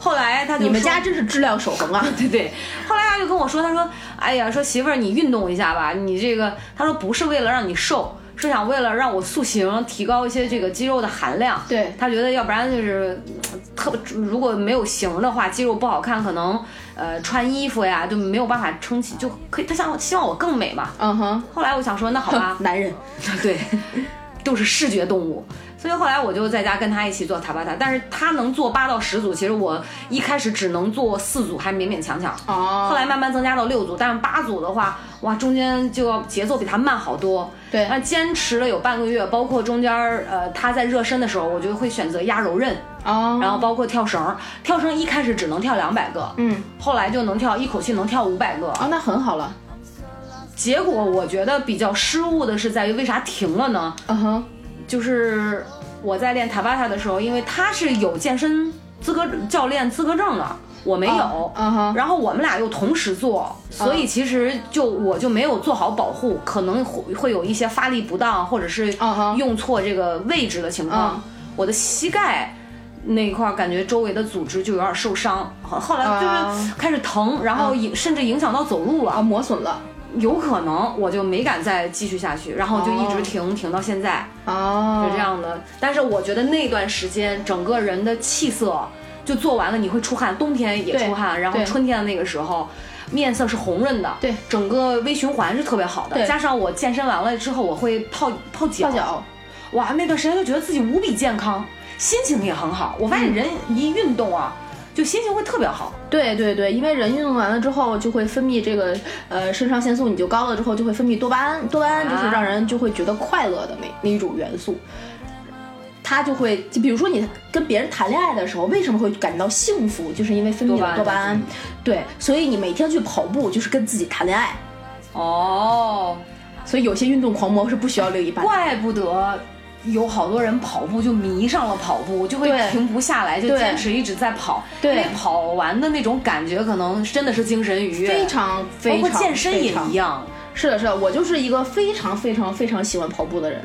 Speaker 2: 后来他就
Speaker 4: 你们
Speaker 2: 说
Speaker 4: 家真是质量守恒啊！
Speaker 2: 对对，后来他就跟我说，他说，哎呀，说媳妇儿你运动一下吧，你这个，他说不是为了让你瘦，是想为了让我塑形，提高一些这个肌肉的含量。
Speaker 4: 对
Speaker 2: 他觉得要不然就是嗯特如果没有型的话，肌肉不好看，可能呃穿衣服呀就没有办法撑起，就可以他想希望我更美嘛。
Speaker 4: 嗯哼，
Speaker 2: 后来我想说，那好 吧，
Speaker 4: 男人，
Speaker 2: 对，都是视觉动物。所以后来我就在家跟他一起做塔巴塔，但是他能做八到十组，其实我一开始只能做四组，还勉勉强强。
Speaker 4: 哦
Speaker 2: 后来慢慢增加到六组，但是八组的话，哇，中间就要节奏比他慢好多。
Speaker 4: 对
Speaker 2: 那坚持了有半个月，包括中间儿呃他在热身的时候，我就会选择压柔韧，
Speaker 4: 哦，
Speaker 2: 然后包括跳绳儿。跳绳一开始只能跳两百个，
Speaker 4: 嗯，
Speaker 2: 后来就能跳一口气能跳五百个。
Speaker 4: 哦，那很好了，
Speaker 2: 结果我觉得比较失误的是在于为啥停了呢？
Speaker 4: 嗯哼，
Speaker 2: 就是我在练塔巴塔的时候，因为他是有健身资格教练资格证的，我没有。
Speaker 4: 嗯哼，
Speaker 2: 然后我们俩又同时做，所
Speaker 4: 啊
Speaker 2: 以其实就我就没有做好保护，可能会会有一些发力不当，或者是
Speaker 4: 嗯哼
Speaker 2: 用错这个位置的情
Speaker 4: 啊
Speaker 2: 况。我的膝盖那一块儿感觉周围的组织就有点受伤，后后来就是
Speaker 4: 啊
Speaker 2: 开始疼，然后影甚至影响到走路
Speaker 4: 啊，
Speaker 2: 了，
Speaker 4: 磨损了，
Speaker 2: 有可能我就没敢再继续下去，然后就一直停停到现在。
Speaker 4: 哦，
Speaker 2: 是这，样的。但是我觉得那段时间整个人的气色，就做完了你会出汗，冬天也
Speaker 4: 对
Speaker 2: 出汗，然后
Speaker 4: 对
Speaker 2: 春天的那个时候。面色是红润的，
Speaker 4: 对，
Speaker 2: 整个微循环是特别好的。
Speaker 4: 对
Speaker 2: 加上我健身完了之后，我会泡泡脚，
Speaker 4: 泡脚，
Speaker 2: 哇，那段时间就觉得自己无比健康，心情也很好。我发
Speaker 4: 嗯
Speaker 2: 现人一运动啊，就心情会特别好。
Speaker 4: 对对对，因为人运动完了之后就会分泌这个呃肾上腺素，你就高了之后就会分泌多巴胺，多巴胺就是让人就会觉得快乐的那那一种元素。它就会，就比如说你跟别人谈恋爱的时候，为什么会感到幸福？就是因为分泌了
Speaker 2: 多巴
Speaker 4: 多巴
Speaker 2: 胺
Speaker 4: 胺。嗯对，所以你每天去跑步就是跟自己谈恋爱。
Speaker 2: 哦，
Speaker 4: 所以有些运动狂魔是不需要另一半的。
Speaker 2: 怪不得有好多人跑步就迷上了跑步，就会
Speaker 4: 对
Speaker 2: 停不下来，就
Speaker 4: 对
Speaker 2: 坚持一直在跑。
Speaker 4: 对
Speaker 2: 因为跑完的那种感觉，可能真的是精神愉悦，
Speaker 4: 非常
Speaker 2: 包
Speaker 4: 非
Speaker 2: 括
Speaker 4: 常
Speaker 2: 健身也
Speaker 4: 非常
Speaker 2: 一样。
Speaker 4: 是的，是的，我就是一个非常非常非常喜欢跑步的人。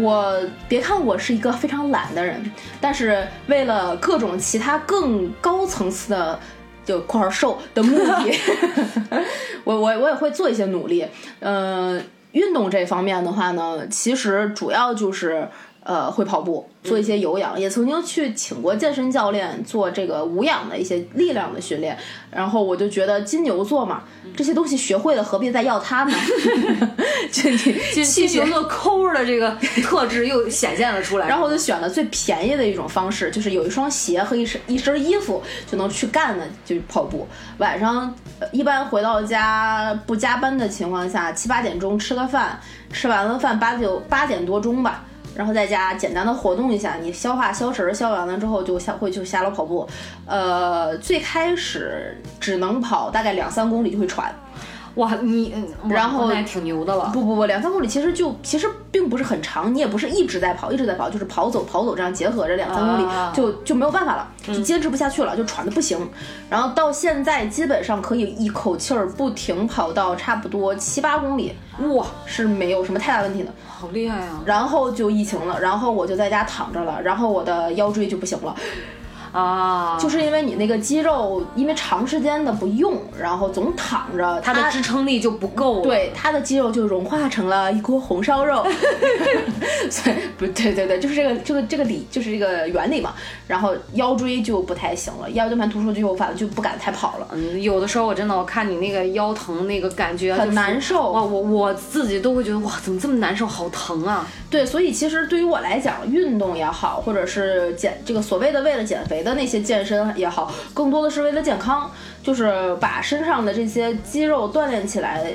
Speaker 4: 我别看我是一个非常懒的人，但是为了各种其他更高层次的。就块儿瘦的目的， 我我我也会做一些努力。呃，运动这方面的话呢，其实主要就是呃会跑步，做一些有氧，也曾经去请过健身教练做这个无氧的一些力量的训练。然后我就觉得金牛座嘛，这些东西学会了，何必再要它呢？ 这
Speaker 2: 就
Speaker 4: 你
Speaker 2: 金
Speaker 4: 器
Speaker 2: 牛
Speaker 4: 械
Speaker 2: 座抠的这个特质又显现了出来。嗯
Speaker 4: 然后我就选了最便宜的一种方式，就是有一双鞋和一身一身衣服就能去干的，就是跑步。晚上呃一般回到家不加班的情况下，七八点钟吃个饭，吃完了饭八九八点多钟吧。然后在家简单的活动一下，你消化消食儿，消完了之后就下会就下楼跑步，呃，最开始只能跑大概两三公里就会喘，
Speaker 2: 哇，你嗯
Speaker 4: 然后
Speaker 2: 哇那也挺牛的了。
Speaker 4: 不不不，两三公里其实就其实并不是很长，你也不是一直在跑，一直在跑，就是跑走跑走这样结合着两三公里，
Speaker 2: 啊嗯
Speaker 4: 就就没有办法了，就坚持不下去了，就喘的不行。然后到现在基本上可以一口气儿不停跑到差不多七八公里，
Speaker 2: 哇，
Speaker 4: 是没有什么太大问题的。
Speaker 2: 好厉害啊！
Speaker 4: 然后就疫情了，然后我就在家躺着了，然后我的腰椎就不行了，
Speaker 2: 啊，啊，
Speaker 4: 就是因为你那个肌肉因为长时间的不用，然后总躺着，
Speaker 2: 它的支撑力就不够了。，
Speaker 4: 对，它的肌肉就融化成了一锅红烧肉，所以不对对对，就是这个这个这个理，就是这个原理嘛。然后腰椎就不太行了，腰间盘突出就反正就不敢太跑了，
Speaker 2: 嗯，有的时候我真的我看你那个腰疼那个感觉
Speaker 4: 很难
Speaker 2: 受。
Speaker 4: 受。
Speaker 2: 哇，我我自己都会觉得哇，怎么这么难受，好疼啊！
Speaker 4: 对，所以其实对于我来讲，运动也好，或者是减这个所谓的为了减肥的那些健身也好，更多的是为了健康，就是把身上的这些肌肉锻炼起来。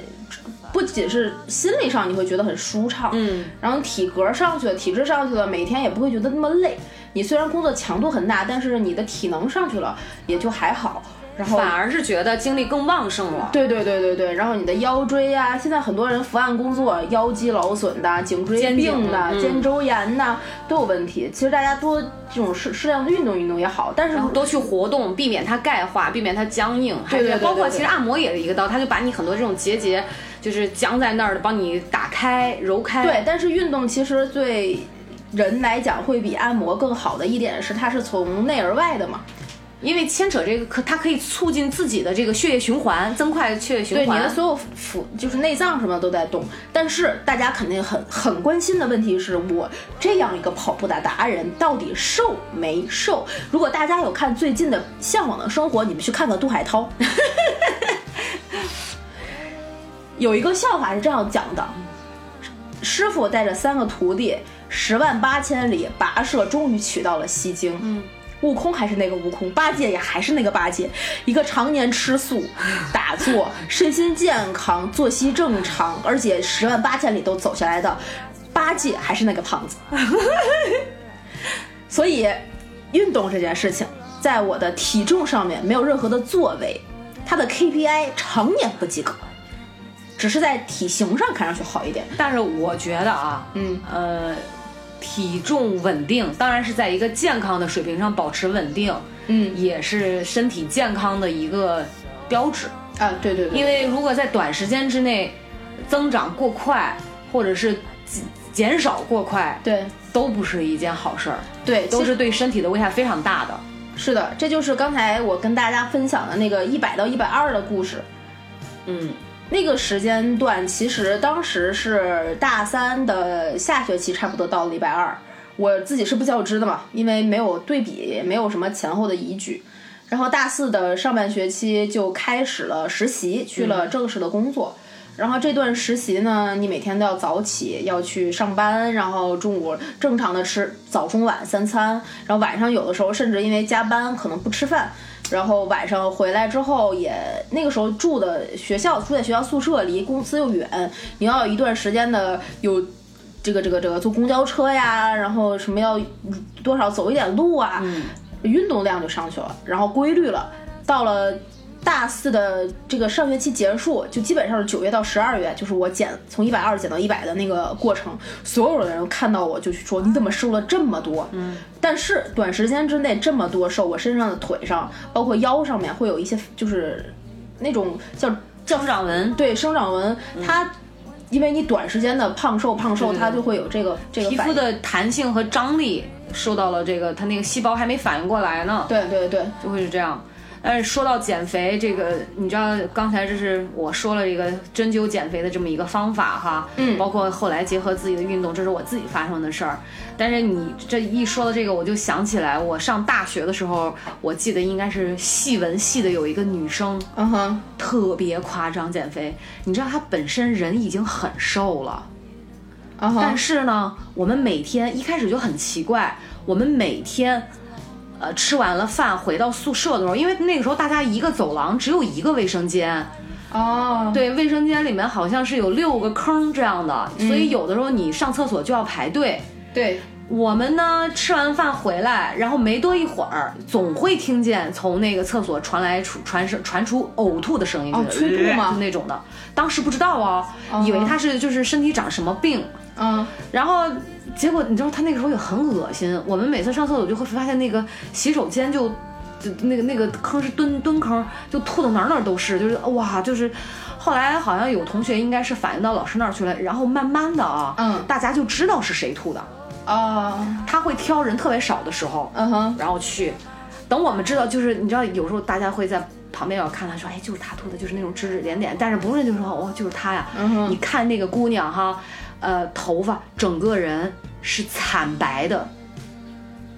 Speaker 4: 不仅是心理上你会觉得很舒畅，
Speaker 2: 嗯，
Speaker 4: 然后体格上去了，体质上去了，每天也不会觉得那么累。你虽然工作强度很大，但是你的体能上去了，也就还好。然后
Speaker 2: 反而是觉得精力更旺盛了。
Speaker 4: 对对对对对，然后你的腰椎呀、现在很多人伏案工作，腰肌劳损的、颈椎
Speaker 2: 肩颈
Speaker 4: 病的、
Speaker 2: 嗯
Speaker 4: 肩周炎的都有问题。其实大家多这种适适量的运动运动也好，但是
Speaker 2: 然后多去活动，避免它钙化，避免它僵硬，还
Speaker 4: 对
Speaker 2: 有
Speaker 4: 对对
Speaker 2: 包括
Speaker 4: 对对
Speaker 2: 其实按摩也是一个道，它就把你很多这种结节就是僵在那儿的，帮你打开、揉开。
Speaker 4: 对，但是运动其实对人来讲会比按摩更好的一点是，它是从内而外的嘛，
Speaker 2: 因为牵扯这个，可它可以促进自己的这个血液循环，增快血液循
Speaker 4: 对你
Speaker 2: 环。
Speaker 4: 的所有腹就是内脏什么都在动。但是大家肯定很很关心的问题是我这样一个跑步的达人到底瘦没瘦？如果大家有看最近的《向往的生活》，你们去看看杜海涛。有一个笑话是这样讲的：师傅带着三个徒弟，十万八千里跋涉，终于取到了西京。嗯。悟空还是那个悟空，八戒也还是那个八戒，一个常年吃素、打坐、身心健康、作息正常，而且十万八千里都走下来的八戒还是那个胖子。 所以，运动这件事情在我的体重上面没有任何的作为，它的 KPI 常年不及格，只是在体型上看上去好一点。
Speaker 2: 但是我觉得啊，
Speaker 4: 嗯，
Speaker 2: 呃，体重稳定，当然是在一个健康的水平上保持稳定，
Speaker 4: 嗯
Speaker 2: 也是身体健康的一个标志。
Speaker 4: 啊，对对对，
Speaker 2: 因为如果在短时间之内增长过快，或者是减减少过快，
Speaker 4: 对
Speaker 2: 都不是一件好事儿，
Speaker 4: 对
Speaker 2: 都是对身体的危害非常大的。
Speaker 4: 是的，这就是刚才我跟大家分享的那个一百到一百二的故事。
Speaker 2: 嗯，
Speaker 4: 那个时间段，其实当时是大三的下学期，差不多到了一百二。我自己是不较之的嘛，因为没有对比，也没有什么前后的依据。然后大四的上半学期就开始了实习，去了正式的工作。然后这段实习呢，你每天都要早起，要去上班，然后中午正常的吃早中晚三餐，然后晚上有的时候甚至因为加班可能不吃饭，然后晚上回来之后也那个时候住的学校住在学校宿舍，离公司又远，你要有一段时间的有这个这个这个坐公交车呀，然后什么要多少走一点路啊，运动量就上去了，然后规律了。到了大四的这个上学期结束，就基本上是九月到十二月，就是我减从一百二减到一百的那个过程，所有的人看到我就去说你怎么瘦了这么多？嗯，但是短时间之内这么多瘦，我身上的腿上包括腰上面会有一些就是那种叫叫
Speaker 2: 生长纹、
Speaker 4: 对生长纹，它。因为你短时间的胖瘦胖
Speaker 2: 嗯
Speaker 4: 瘦，
Speaker 2: 对对
Speaker 4: 它就会有这个这个
Speaker 2: 皮
Speaker 4: 反
Speaker 2: 肤
Speaker 4: 应。
Speaker 2: 的弹性和张力受到了这个，它那个细胞还没反应过来呢，
Speaker 4: 对对对，
Speaker 2: 就会是这样。但是说到减肥这个，你知道刚才这是我说了一个针灸减肥的这么一个方法哈，
Speaker 4: 嗯
Speaker 2: 包括后来结合自己的运动，这是我自己发生的事儿。但是你这一说到这个，我就想起来，我上大学的时候，我记得应该是戏文系的有一个女生，
Speaker 4: 嗯哼，
Speaker 2: 特别夸张减肥，你知道她本身人已经很瘦了，
Speaker 4: 嗯
Speaker 2: 但
Speaker 4: 哼，
Speaker 2: 是呢，我们每天一开始就很奇怪，我们每天。呃，吃完了饭回到宿舍的时候，因为那个时候大家一个走廊只有一个卫生间，
Speaker 4: 哦，
Speaker 2: 对，卫生间里面好像是有六个坑这样的，所以有的时候你上厕所就要排队。
Speaker 4: 对，
Speaker 2: 我们呢吃完饭回来，然后没多一会儿，总会听见从那个厕所传来出传声传出呕吐的声音，
Speaker 4: 哦
Speaker 2: 就是
Speaker 4: 催吐吗
Speaker 2: 就那种的。当时不知道哦，以为他是就是身体长什么病，
Speaker 4: 嗯，
Speaker 2: 然后结果你知道他那个时候也很恶心，我们每次上厕所就会发现那个洗手间就。就那个那个坑是蹲蹲坑，就吐的哪儿哪儿都是，就是哇，就是，后来好像有同学应该是反映到老师那儿去了，然后慢慢的啊，
Speaker 4: 嗯
Speaker 2: 大家就知道是谁吐的，
Speaker 4: 哦，
Speaker 2: 他会挑人特别少的时候，
Speaker 4: 嗯哼，
Speaker 2: 然后去。等我们知道，就是你知道，有时候大家会在旁边要看他说，哎，就是他吐的，就是那种指指点点，但是不是就说哦，就是他呀？
Speaker 4: 嗯
Speaker 2: 你看那个姑娘哈，呃，头发整个人是惨白的，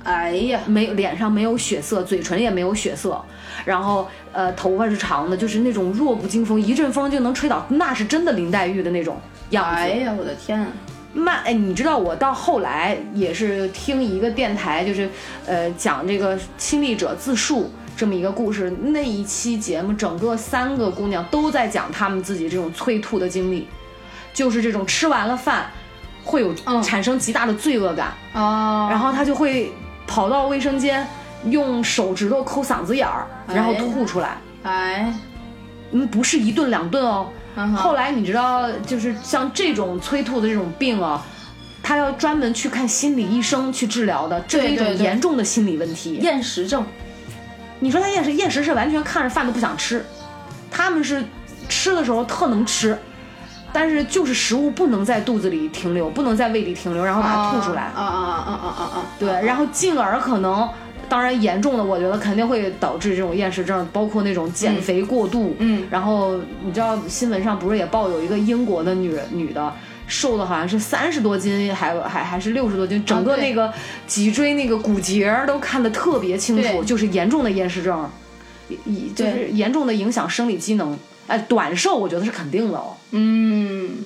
Speaker 4: 哎呀，
Speaker 2: 没脸上没有血色，嘴唇也没有血色，然后呃头发是长的，就是那种弱不禁风，一阵风就能吹倒，那是真的林黛玉的那种样子。
Speaker 4: 哎呀，我的天啊！
Speaker 2: 慢哎，你知道我到后来也是听一个电台，就是呃讲这个亲历者自述这么一个故事，那一期节目整个三个姑娘都在讲她们自己这种催吐的经历，就是这种吃完了饭会有
Speaker 4: 嗯
Speaker 2: 产生极大的罪恶感，
Speaker 4: 哦，
Speaker 2: 然后她就会跑到卫生间用手指头抠嗓子眼儿，然后
Speaker 4: 哎
Speaker 2: 吐出来。
Speaker 4: 哎，
Speaker 2: 嗯，不是一顿两顿哦。
Speaker 4: 嗯哼
Speaker 2: 后来你知道，就是像这种催吐的这种病啊，他要专门去看心理医生去治疗的，这是一
Speaker 4: 对
Speaker 2: 种
Speaker 4: 对
Speaker 2: 严重的心理问题。
Speaker 4: 厌食症，
Speaker 2: 你说他厌食，厌食是完全看着饭都不想吃，他们是吃的时候特能吃，但是就是食物不能在肚子里停留，不能在胃里停留，然后把它吐出来。
Speaker 4: 啊啊啊啊啊啊！
Speaker 2: 对，然后进而可能，当然严重的，我觉得肯定会导致这种厌食症，包括那种减肥过度。
Speaker 4: 嗯
Speaker 2: 然后你知道新闻上不是也报有一个英国的女人女的。瘦的好像是三十多斤，还还还是六十多斤，整个
Speaker 4: 啊对
Speaker 2: 那个脊椎那个骨节儿都看得特别清楚，
Speaker 4: 对
Speaker 2: 就是严重的厌食症，以就
Speaker 4: 对
Speaker 2: 是严重的影响生理机能。哎，短寿我觉得是肯定的哦，
Speaker 4: 嗯，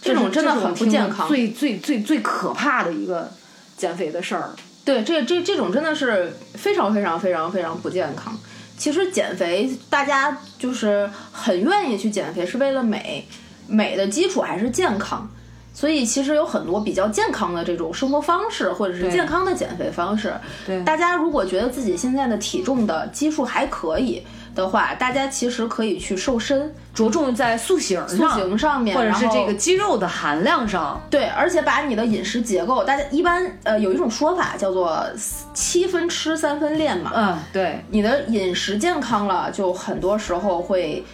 Speaker 4: 这
Speaker 2: 是
Speaker 4: 种真的
Speaker 2: 这
Speaker 4: 很不
Speaker 2: 听
Speaker 4: 健
Speaker 2: 着
Speaker 4: 康。
Speaker 2: 最最最最可怕的一个减肥的事儿。
Speaker 4: 对，这这这种真的是非常非常非常非常不健康。其实减肥，大家就是很愿意去减肥，是为了美，美的基础还是健康。所以其实有很多比较健康的这种生活方式，或者是
Speaker 2: 对
Speaker 4: 健康的减肥方式。
Speaker 2: 对
Speaker 4: 大家如果觉得自己现在的体重的基数还可以的话，大家其实可以去瘦身、
Speaker 2: 着重在塑形
Speaker 4: 塑
Speaker 2: 上，
Speaker 4: 形上面，
Speaker 2: 或者是
Speaker 4: 然后
Speaker 2: 这个肌肉的含量上。
Speaker 4: 对，而且把你的饮食结构，大家一般呃有一种说法叫做七分吃三分练嘛。
Speaker 2: 嗯，对，
Speaker 4: 你的饮食健康了，就很多时候会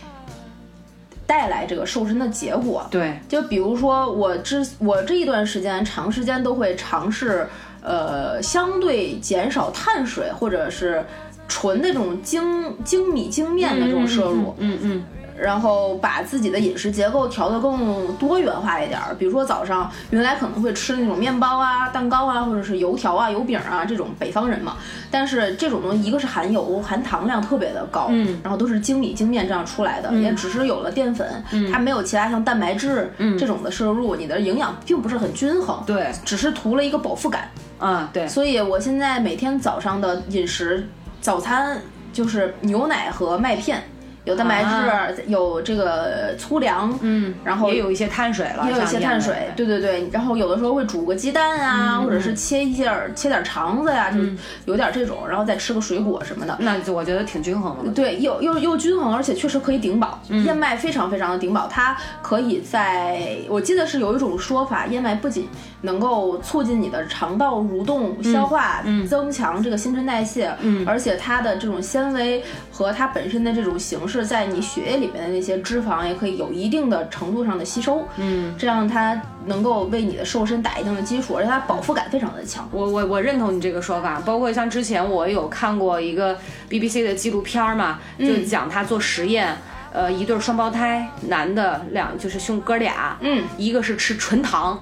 Speaker 4: 带来这个瘦身的结果。
Speaker 2: 对，
Speaker 4: 就比如说我之我这一段时间长时间都会尝试，呃，相对减少碳水或者是纯的这种精精米精面的这种摄入，
Speaker 2: 嗯嗯，
Speaker 4: 然后把自己的饮食结构调得更多元化一点儿。比如说早上原来可能会吃那种面包啊、蛋糕啊，或者是油条啊、油饼啊这种北方人嘛，但是这种东西一个是含油、含糖量特别的高，
Speaker 2: 嗯
Speaker 4: 然后都是精米精面这样出来的，也只是有了淀粉，
Speaker 2: 嗯
Speaker 4: 它没有其他像蛋白质、这种的摄入，你的营养并不是很均衡，
Speaker 2: 对，
Speaker 4: 只是图了一个饱腹感。
Speaker 2: 啊对，
Speaker 4: 所以我现在每天早上的饮食，早餐就是牛奶和麦片，有蛋白质，
Speaker 2: 啊
Speaker 4: 有这个粗粮，
Speaker 2: 嗯，
Speaker 4: 然后
Speaker 2: 也有一些碳水了，
Speaker 4: 也有一些
Speaker 2: 像你讲的
Speaker 4: 碳
Speaker 2: 嗯
Speaker 4: 水，，对对对。然后有的时候会煮个鸡蛋啊，或者是切一点儿切点儿肠子呀、就是有点这种，然后再吃个水果什么的。
Speaker 2: 那就我觉得挺均衡的。
Speaker 4: 对，又又又均衡，而且确实可以顶饱。燕麦非常非常的顶饱，它可以在我记得是有一种说法，燕麦不仅能够促进你的肠道蠕动、消化，增强这个新陈代谢，而且它的这种纤维和它本身的这种形式，在你血液里面的那些脂肪也可以有一定的程度上的吸收，嗯，这样它能够为你的瘦身打一定的基础，而且它饱腹感非常的强。
Speaker 2: 我我我认同你这个说法，包括像之前我有看过一个 BBC 的纪录片儿嘛，就讲他做实验，呃，一对儿双胞胎，男的两就是兄哥俩，
Speaker 4: 嗯，
Speaker 2: 一个是吃纯糖，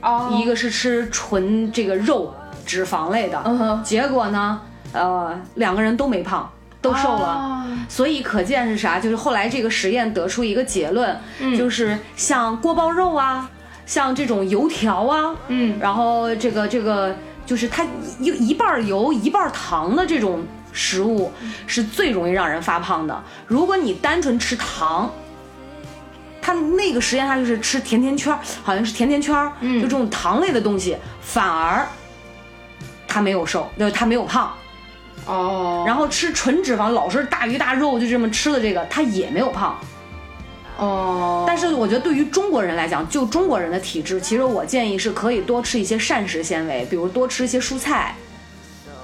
Speaker 4: 哦
Speaker 2: 一个是吃纯这个肉脂肪类的，
Speaker 4: 嗯哼
Speaker 2: 结果呢，呃，两个人都没胖，都瘦了。
Speaker 4: 啊
Speaker 2: 所以可见是啥？就是后来这个实验得出一个结论，
Speaker 4: 嗯
Speaker 2: 就是像锅包肉啊，像这种油条啊，
Speaker 4: 嗯，
Speaker 2: 然后这个这个就是它一一半儿油一半儿糖的这种食物是最容易让人发胖的。如果你单纯吃糖，它那个实验它就是吃甜甜圈儿，好像是甜甜圈儿，
Speaker 4: 嗯
Speaker 2: 就这种糖类的东西，反而它没有瘦，就是它没有胖。
Speaker 4: 哦，
Speaker 2: 然后吃纯脂肪，老是大鱼大肉就这么吃的这个，他也没有胖。
Speaker 4: 哦，
Speaker 2: 但是我觉得对于中国人来讲，就中国人的体质，其实我建议是可以多吃一些膳食纤维，比如多吃一些蔬菜，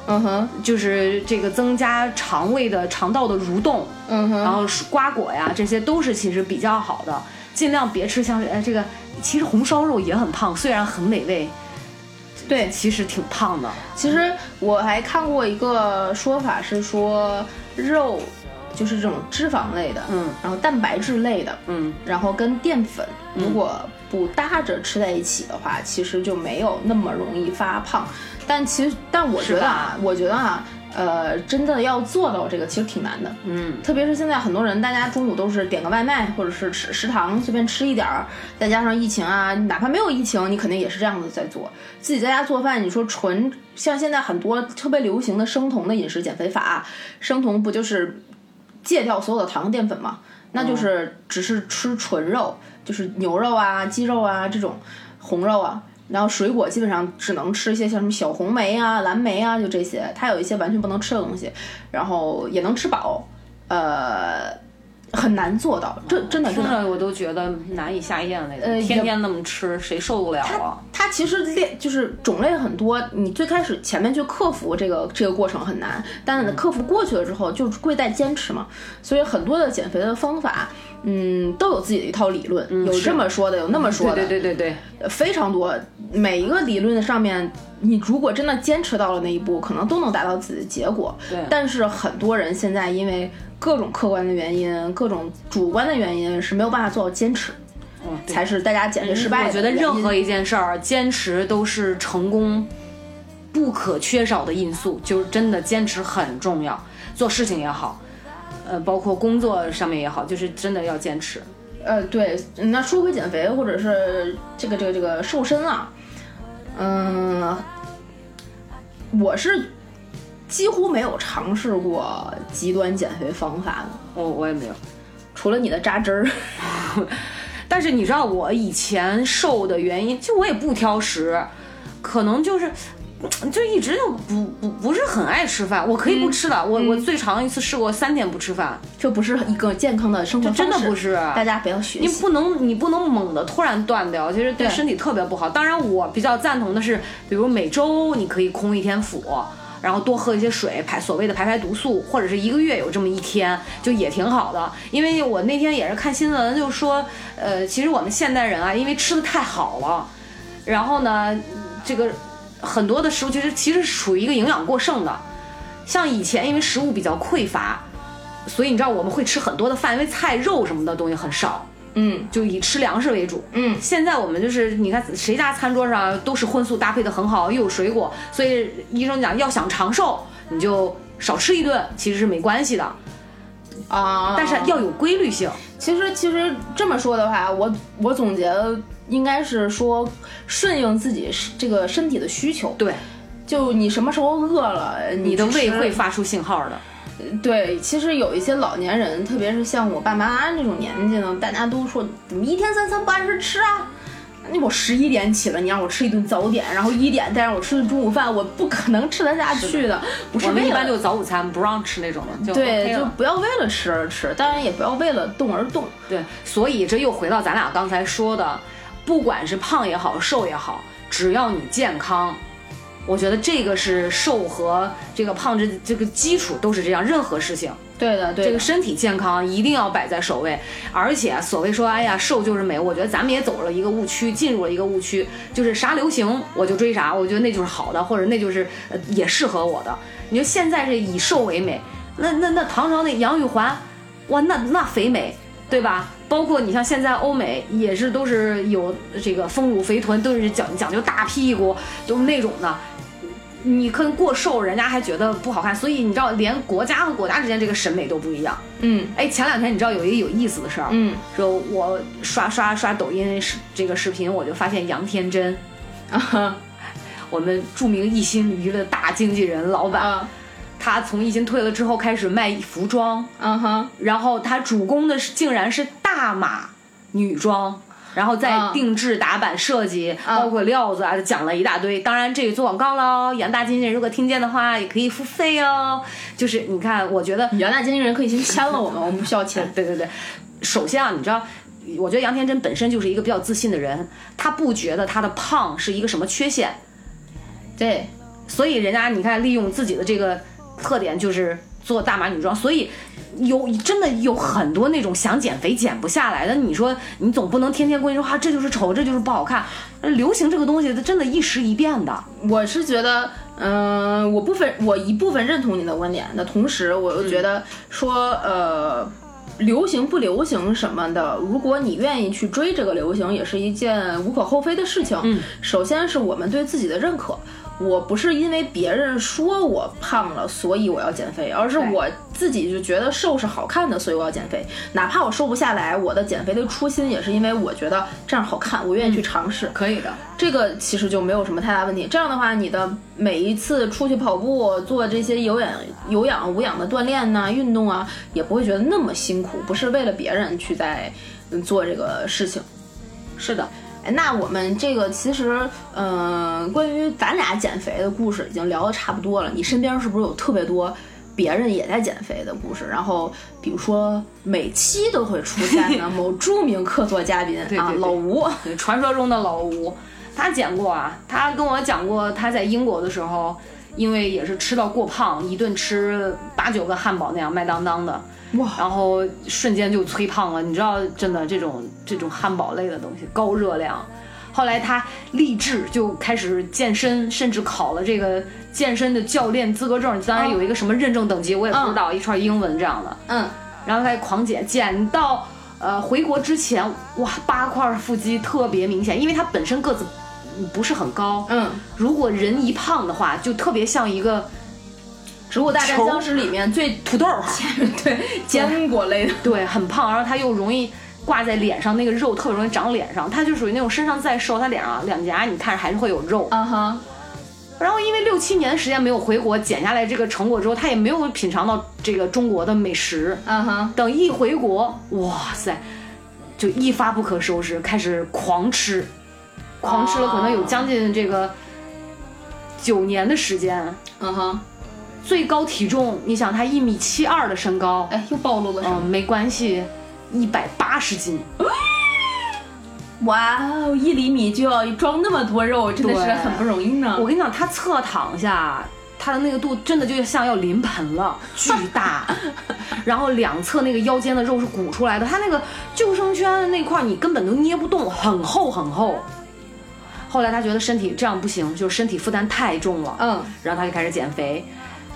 Speaker 4: 嗯哼，
Speaker 2: 就是这个增加肠胃的肠道的蠕动，
Speaker 4: 嗯哼。
Speaker 2: 然后是瓜果呀，这些都是其实比较好呃的。尽量别吃像是哎这个，其实红烧肉也很胖，虽然很美味，
Speaker 4: 对，
Speaker 2: 其实挺胖的。
Speaker 4: 其实我还看过一个说法是说肉就是这种脂肪类的，
Speaker 2: 嗯，
Speaker 4: 然后蛋白质类的，
Speaker 2: 嗯，
Speaker 4: 然后跟淀粉如果不搭着吃在一起的话，其实就没有那么容易发胖。但其实，但我觉得啊，我觉得啊，呃，真的要做到这个其实挺难的，
Speaker 2: 嗯，
Speaker 4: 特别是现在很多人，大家中午都是点个外卖，或者是吃食堂随便吃一点儿，再加上疫情啊，哪怕没有疫情，你肯定也是这样子在做。自己在家做饭，你说纯像现在很多特别流行的生酮的饮食减肥法，啊生酮不就是戒掉所有的糖淀粉嘛？那就是只是吃纯肉，就是牛肉啊、鸡肉啊这种红肉啊。然后水果基本上只能吃一些像什么小红莓啊、蓝莓啊，就这些。它有一些完全不能吃的东西，然后也能吃饱，呃，很难做到，这真的真
Speaker 2: 听
Speaker 4: 的。
Speaker 2: 着我都觉得难以下咽那
Speaker 4: 呃
Speaker 2: 种，天天那么吃，谁受得了啊？
Speaker 4: 它其实类就是种类很多，你最开始前面去克服这个这个过程很难，但
Speaker 2: 嗯
Speaker 4: 是克服过去了之后，就贵在坚持嘛。所以很多的减肥的方法，嗯，都有自己的一套理论，有
Speaker 2: 嗯是嗯
Speaker 4: 这么说的，有那么说的，
Speaker 2: 对对对对
Speaker 4: 非常多，每一个理论上面，你如果真的坚持到了那一步，可能都能达到自己的结果。
Speaker 2: 对
Speaker 4: 但是很多人现在因为各种客观的原因、各种主观的原因，是没有办法做到坚持，
Speaker 2: 哦对，嗯
Speaker 4: 才是大家减肥失败
Speaker 2: 我
Speaker 4: 的
Speaker 2: 觉
Speaker 4: 原因、
Speaker 2: 得任何一件事儿，坚持都是成功不可缺少的因素，就是真的坚持很重要。做事情也好，呃，包括工作上面也好，就是真的要坚持。
Speaker 4: 呃，对，那说回减肥或者是这个这个这个瘦身啊，嗯、我是几乎没有尝试过极端减肥方法的，
Speaker 2: 我、我也没有，
Speaker 4: 除了你的扎针儿。
Speaker 2: 但是你知道我以前瘦的原因，就我也不挑食，可能就是。 就一直就不不不是很爱吃饭，我可以不吃的，我我最长一次试过三天不吃饭，
Speaker 4: 这不是一个健康的生活
Speaker 2: 这
Speaker 4: 方式，
Speaker 2: 真的不是
Speaker 4: 大家不要学
Speaker 2: 你
Speaker 4: 习。
Speaker 2: 不能，你不能猛的突然断掉，其实对
Speaker 4: 对
Speaker 2: 身体特别不好。当然，我比较赞同的是，比如每周你可以空一天腹，然后多喝一些水，排所谓的排排毒素，或者是一个月有这么一天，就也挺好的。因为我那天也是看新闻，就说，呃，其实我们现代人啊，因为吃的太好了，然后呢，这个很多的食物其实其实属于一个营养过剩的。像以前因为食物比较匮乏，所以你知道我们会吃很多的饭，因为菜肉什么的东西很少。
Speaker 4: 嗯
Speaker 2: 就以吃粮食为主。
Speaker 4: 嗯，
Speaker 2: 现在我们就是你看谁家餐桌上都是荤素搭配的很好，又有水果，所以医生讲要想长寿，你就少吃一顿，其实是没关系的，
Speaker 4: 啊，
Speaker 2: 但是要有规律性。
Speaker 4: 其实其实这么说的话，我我总结应该是说顺应自己是这个身体的需求，
Speaker 2: 对，
Speaker 4: 就你什么时候饿了，你
Speaker 2: 你的
Speaker 4: 去吃
Speaker 2: 胃会发出信号的。
Speaker 4: 对。其实有一些老年人，特别是像我爸妈那种年纪呢，大家都说怎么一天三餐不按时吃啊。那我十一点起来，你让我吃一顿早点，然后一点再让我吃顿中午饭，我不可能吃得下去的。不是
Speaker 2: 我们
Speaker 4: 为
Speaker 2: 一
Speaker 4: 了
Speaker 2: 般就早午餐不让吃那种的，就
Speaker 4: 对，
Speaker 2: OK
Speaker 4: 就
Speaker 2: 了。
Speaker 4: 不要为了吃而吃，当然也不要为了动而动。
Speaker 2: 对，所以这又回到咱俩刚才说的，不管是胖也好，瘦也好，只要你健康，我觉得这个是瘦和这个胖这这个基础都是这样，任何事情。
Speaker 4: 对的，对
Speaker 2: 这
Speaker 4: 的
Speaker 2: 个身体健康一定要摆在首位，而且所谓说，哎呀，瘦就是美，我觉得咱们也走了一个误区，进入了一个误区，就是啥流行我就追啥，我觉得那就是好的，或者那就是呃也适合我的。你说现在是以瘦为美，那那那唐朝那杨玉环，哇，那那肥美，对吧？包括你像现在欧美也是都是有这个丰乳肥臀，都是讲讲究大屁股，就是那种的。你跟过瘦，人家还觉得不好看，所以你知道，连国家和国家之间这个审美都不一样。
Speaker 4: 嗯
Speaker 2: 哎，前两天你知道有一个有意思的事儿，
Speaker 4: 嗯
Speaker 2: 说我刷刷刷抖音视这个视频，我就发现杨天真，
Speaker 4: 啊哈
Speaker 2: 我们著名一心娱乐大经纪人老板，
Speaker 4: 啊
Speaker 2: 他从一心退了之后开始卖服装，
Speaker 4: 啊哈，
Speaker 2: 然后他主攻的是竟然是大码女装。然后再
Speaker 4: 啊
Speaker 2: 定制打版设计，
Speaker 4: 啊
Speaker 2: 包括料子啊，讲了一大堆。当然，这里做广告喽，杨大经纪人如果听见的话，也可以付费哦。就是你看，我觉得
Speaker 4: 杨大经纪人可以先签了我们，我们不需 要钱。
Speaker 2: 对对对，首先啊，你知道，我觉得杨天真本身就是一个比较自信的人，他不觉得他的胖是一个什么缺陷，
Speaker 4: 对，
Speaker 2: 所以人家你看利用自己的这个特点就是。做大码女装，所以。有真的有很多那种想减肥减不下来的，你说你总不能天天规定说啊这就是丑，这就是不好看。流行这个东西，它真的一时一变的。
Speaker 4: 我是觉得，嗯、我部分我一部分认同你的观点，那同时我又觉得说，呃，流行不流行什么的，如果你愿意去追这个流行，也是一件无可厚非的事情。嗯，首先是我们对自己的认可。我不是因为别人说我胖了，所以我要减肥，而是
Speaker 2: 对
Speaker 4: 我自己就觉得瘦是好看的，所以我要减肥。哪怕我瘦不下来，我的减肥的初心也是因为我觉得这样好看，我愿意去尝试。
Speaker 2: 可以的，
Speaker 4: 这个其实就没有什么太大问题。这样的话，你的每一次出去跑步、做这些有氧、有氧、无氧的锻炼呐、运动啊，也不会觉得那么辛苦，不是为了别人去在嗯做这个事情。
Speaker 2: 是的，
Speaker 4: 哎，那我们这个其实，嗯、关于咱俩减肥的故事已经聊得差不多了。你身边是不是有特别多别人也在减肥的故事？然后，比如说每期都会出 现的某著名客座嘉宾
Speaker 2: 对
Speaker 4: 啊
Speaker 2: 对，对
Speaker 4: 老吴，
Speaker 2: 对传说中的老吴，他减过啊，他跟我讲过，他在英国的时候，因为也是吃到过胖，一顿吃八九个汉堡那样，麦当当的，
Speaker 4: 哇
Speaker 2: 然后瞬间就催胖了。你知道，真的这种这种汉堡类的东西高热量。后来他立志就开始健身，甚至考了这个健身的教练资格证，当然有一个什么认证等级我也不知道，一串英文这样的。
Speaker 4: 嗯，
Speaker 2: 然后他就狂减，减到呃回国之前，哇，八块腹肌特别明显，因为他本身个子嗯不是很高，
Speaker 4: 嗯，
Speaker 2: 如果人一胖的话，就特别像一个
Speaker 4: 《植物大战
Speaker 2: 球
Speaker 4: 僵尸》里面最
Speaker 2: 土豆儿，
Speaker 4: 对坚果类的，
Speaker 2: 对，很胖，然后他又容易。挂在脸上那个肉特别容易长脸上，他就属于那种身上再瘦，他脸上两颊你看着还是会有肉。
Speaker 4: 啊哈，
Speaker 2: 然后因为六七年时间没有回国，减下来这个成果之后，他也没有品尝到这个中国的美食，
Speaker 4: 啊哈，
Speaker 2: 等一回国，哇塞，就一发不可收拾，开始狂吃，狂吃了可能有将近这个九年的时间，
Speaker 4: 啊哈，
Speaker 2: 最高体重，你想他一米七二的身高，
Speaker 4: 哎，又暴露了什
Speaker 2: 嗯，
Speaker 4: 么？
Speaker 2: 没关系，一百八十斤，
Speaker 4: 哇哦，一厘米就要装那么多肉，真的是
Speaker 2: 对
Speaker 4: 很不容易呢
Speaker 2: 我。跟你讲，他侧躺下，他的那个肚真的就像要临盆了，巨大。然后两侧那个腰间的肉是鼓出来的，他那个救生圈的那块儿你根本都捏不动，很厚很厚。后来他觉得身体这样不行，就是身体负担太重了，
Speaker 4: 嗯
Speaker 2: 然后他就开始减肥，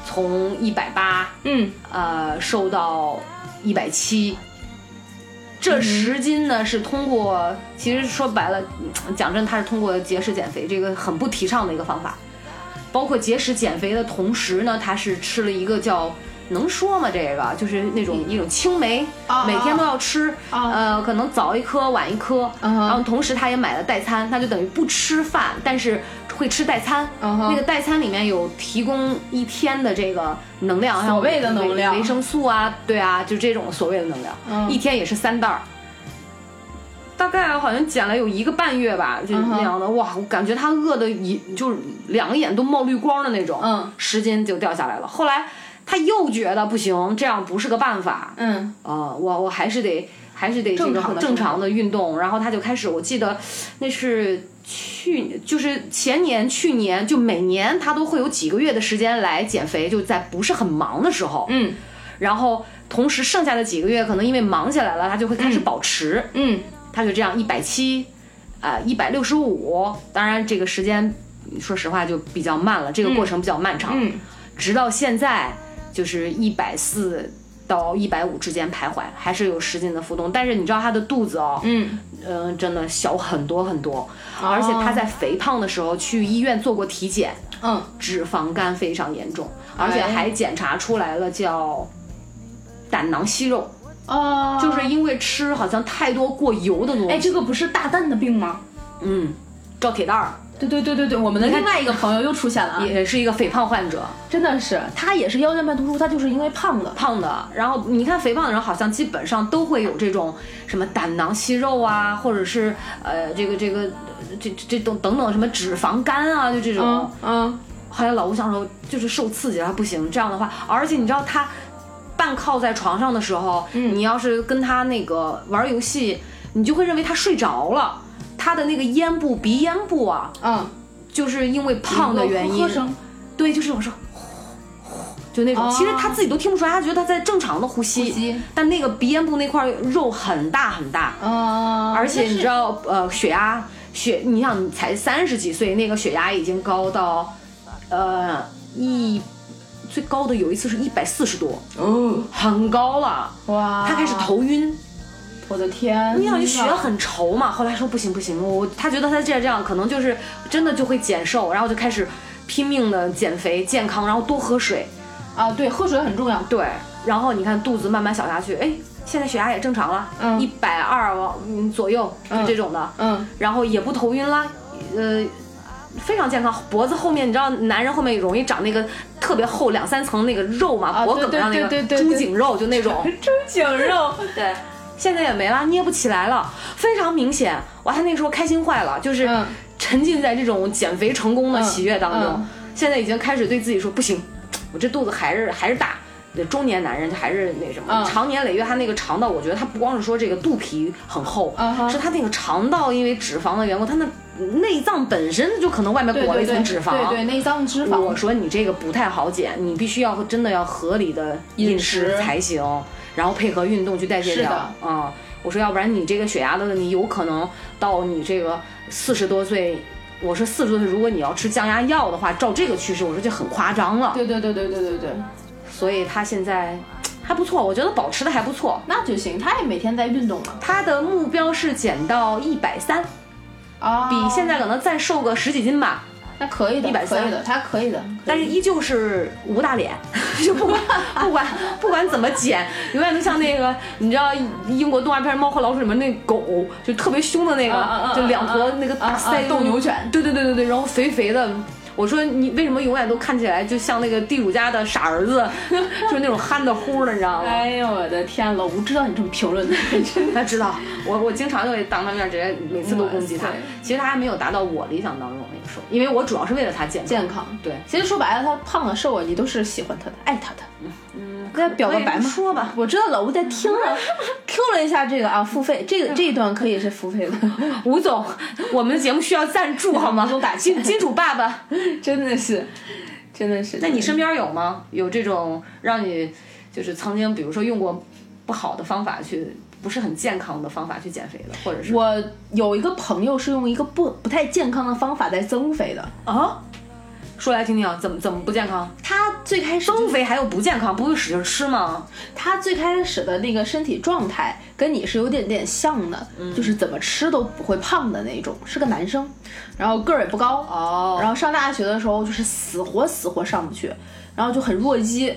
Speaker 2: 从一百八
Speaker 4: 嗯，
Speaker 2: 呃瘦到一百七。这十斤呢是通过，其实说白了，嗯讲真，他是通过节食减肥这个很不提倡的一个方法。包括节食减肥的同时呢，他是吃了一个叫能说吗？这个就是那种一种青梅，
Speaker 4: 啊
Speaker 2: 每天都要吃，
Speaker 4: 啊
Speaker 2: 呃，可能早一颗晚一颗。
Speaker 4: 嗯哼
Speaker 2: 然后同时他也买了代餐，他就等于不吃饭，但是会吃代餐。
Speaker 4: 嗯哼
Speaker 2: 那个代餐里面有提供一天的这个能量，
Speaker 4: 所谓的能量
Speaker 2: 维维生素啊，对啊，就这种所谓的能量，
Speaker 4: 嗯
Speaker 2: 一天也是三袋儿。大概好像减了有一个半月吧，就是
Speaker 4: 嗯哼
Speaker 2: 那样的。哇，我感觉他饿的一就是两个眼都冒绿光的那种，
Speaker 4: 嗯，
Speaker 2: 十斤就掉下来了。后来他又觉得不行，这样不是个办法，
Speaker 4: 嗯
Speaker 2: 呃，我我还是得还是得这个
Speaker 4: 正常地
Speaker 2: 正常的运动，然后他就开始，我记得那是去就是前年去年就每年他都会有几个月的时间来减肥，就在不是很忙的时候，
Speaker 4: 嗯
Speaker 2: 然后同时剩下的几个月可能因为忙起来了，他就会开始保持，
Speaker 4: 嗯
Speaker 2: 他就这样一百七，呃，一百六十五，当然这个时间说实话就比较慢了，这个过程比较漫长，
Speaker 4: 嗯，
Speaker 2: 直到现在就是一百四到一百五之间徘徊，还是有十斤的浮动。但是你知道他的肚子哦，
Speaker 4: 嗯，哦
Speaker 2: 嗯、真的小很多很多，而且他在肥胖的时候去医院做过体检，
Speaker 4: 嗯，
Speaker 2: 脂肪肝非常严重，
Speaker 4: 哎
Speaker 2: 而且还检查出来了叫胆囊息肉，
Speaker 4: 哦，
Speaker 2: 就是因为吃好像太多过油的东西，
Speaker 4: 哎，这个不是大蛋的病吗？
Speaker 2: 嗯，赵铁蛋儿
Speaker 4: 对对对对对，我们的另外一个朋友又出现了啊，
Speaker 2: 也是一个肥胖患者，
Speaker 4: 真的是，他也是腰间盘突出，他就是因为胖的。
Speaker 2: 胖的，然后你看肥胖的人好像基本上都会有这种什么胆囊息肉啊，或者是呃这个这个这这这等等等什么脂肪肝啊，就这种。
Speaker 4: 嗯嗯，
Speaker 2: 后来老吴想说，就是受刺激了不行，这样的话，而且你知道他半靠在床上的时候，
Speaker 4: 嗯
Speaker 2: 你要是跟他那个玩游戏，你就会认为他睡着了，他的那个咽部鼻咽部啊，
Speaker 4: 嗯，
Speaker 2: 就是因为胖的原因，
Speaker 4: 声
Speaker 2: 对，就是我说，呼呼就那种，
Speaker 4: 哦
Speaker 2: 其实他自己都听不出来，他觉得他在正常的呼吸，
Speaker 4: 呼吸
Speaker 2: 但那个鼻咽部那块肉很大很大，
Speaker 4: 哦，
Speaker 2: 而且你知道，呃，血压血，你想你才三十几岁，那个血压已经高到，呃，一最高的有一次是一百四十多，
Speaker 4: 哦，
Speaker 2: 很高了。
Speaker 4: 哇，
Speaker 2: 他开始，头晕，
Speaker 4: 我的天，
Speaker 2: 你想就血很稠嘛，后来说不行不行，我他觉得他这样这样可能就是真的就会减瘦，然后就开始拼命的减肥健康，然后多喝水，
Speaker 4: 啊，对，喝水很重要，
Speaker 2: 对，然后你看肚子慢慢小下去，哎，现在血压也正常了，
Speaker 4: 嗯
Speaker 2: 一百二往嗯左右就
Speaker 4: 嗯
Speaker 2: 这种的，
Speaker 4: 嗯，
Speaker 2: 然后也不头晕啦，呃，非常健康。脖子后面，你知道男人后面容易长那个特别厚两三层那个肉嘛，
Speaker 4: 啊
Speaker 2: 脖梗上那个
Speaker 4: 对对对对对
Speaker 2: 猪颈肉就那 种，
Speaker 4: 猪颈肉，
Speaker 2: 对。现在也没了，捏不起来了，非常明显。哇，他那时候开心坏了，就是
Speaker 4: 嗯
Speaker 2: 沉浸在这种减肥成功的喜悦当中。
Speaker 4: 嗯嗯
Speaker 2: 现在已经开始对自己说，不行，我这肚子还是还是大。中年男人就还是那什么，
Speaker 4: 嗯
Speaker 2: 常年累月，他那个肠道，我觉得他不光是说这个肚皮很厚，
Speaker 4: 嗯哼
Speaker 2: 是他那个肠道因为脂肪的缘故，他那内脏本身就可能外面
Speaker 4: 对
Speaker 2: 裹了
Speaker 4: 对
Speaker 2: 一层
Speaker 4: 对，
Speaker 2: 脂肪。
Speaker 4: 对对，内脏脂
Speaker 2: 我
Speaker 4: 肪，
Speaker 2: 说你这个不太好减，你必须要真的要合理的饮
Speaker 4: 饮
Speaker 2: 食
Speaker 4: 食
Speaker 2: 才行，然后配合运动去代谢
Speaker 4: 是的
Speaker 2: 掉。嗯，我说要不然你这个血压的问题，有可能到你这个四十多岁，我说四十多岁，如果你要吃降压药的话，照这个趋势，我说就很夸张了。
Speaker 4: 对对对对对对对，
Speaker 2: 所以他现在还不错，我觉得保持的还不错。
Speaker 4: 那就行，他也每天在运动嘛，
Speaker 2: 他的目标是减到一百三，
Speaker 4: 啊，
Speaker 2: 比现在可能再瘦个十几斤吧。
Speaker 4: 那可以的，
Speaker 2: 130
Speaker 4: 可以的，他可以的，
Speaker 2: 但是依旧是无大脸， 就不管不管不管怎么剪，永远都像那个你知道英国动画片《猫和老鼠》里面那狗，就特别凶的那个，
Speaker 4: 啊啊啊
Speaker 2: 就两坨那个
Speaker 4: 啊
Speaker 2: 大
Speaker 4: 啊
Speaker 2: 腮、
Speaker 4: 斗牛犬
Speaker 2: 对对对对对，然后肥肥的。我说你为什么永远都看起来就像那个地主家的傻儿子， 就是那种憨的乎的，你知道吗？
Speaker 4: 哎呦我的天了，我不知道你这么评论的，真的
Speaker 2: 他知道我，我经常就会当他面直接每次都攻击他
Speaker 4: 哇塞。
Speaker 2: 其实他还没有达到我理想当中的那个瘦，因为我主要是为了他健康。
Speaker 4: 健康。
Speaker 2: 对，
Speaker 4: 其实说白了，他胖了瘦啊，你都是喜欢他的，爱他的。嗯，再表个白
Speaker 2: 可以
Speaker 4: 嘛。
Speaker 2: 说吧
Speaker 4: 我知道了，我在听 了，Q 了一下这个啊，付费这个这一段可以是付费的，
Speaker 2: 吴总， 我们的节目需要赞 助好吗？
Speaker 4: 吴总打气
Speaker 2: 金金主爸爸，
Speaker 4: 真的是，真的是。
Speaker 2: 那你身边有吗？有这种让你就是曾经，比如说用过不好的方法去，不是很健康的方法去减肥的，或者是
Speaker 4: 我有一个朋友是用一个不不太健康的方法在增肥的，
Speaker 2: 啊？说来听听啊，怎么怎么不健康？
Speaker 4: 他最开始
Speaker 2: 增肥还有不健康，不会使劲吃吗？
Speaker 4: 他最开始的那个身体状态跟你是有点点像的，
Speaker 2: 嗯
Speaker 4: 就是怎么吃都不会胖的那种，是个男生，然后个儿也不高，
Speaker 2: 哦
Speaker 4: 然后上大学的时候就是死活死活上不去，然后就很弱鸡，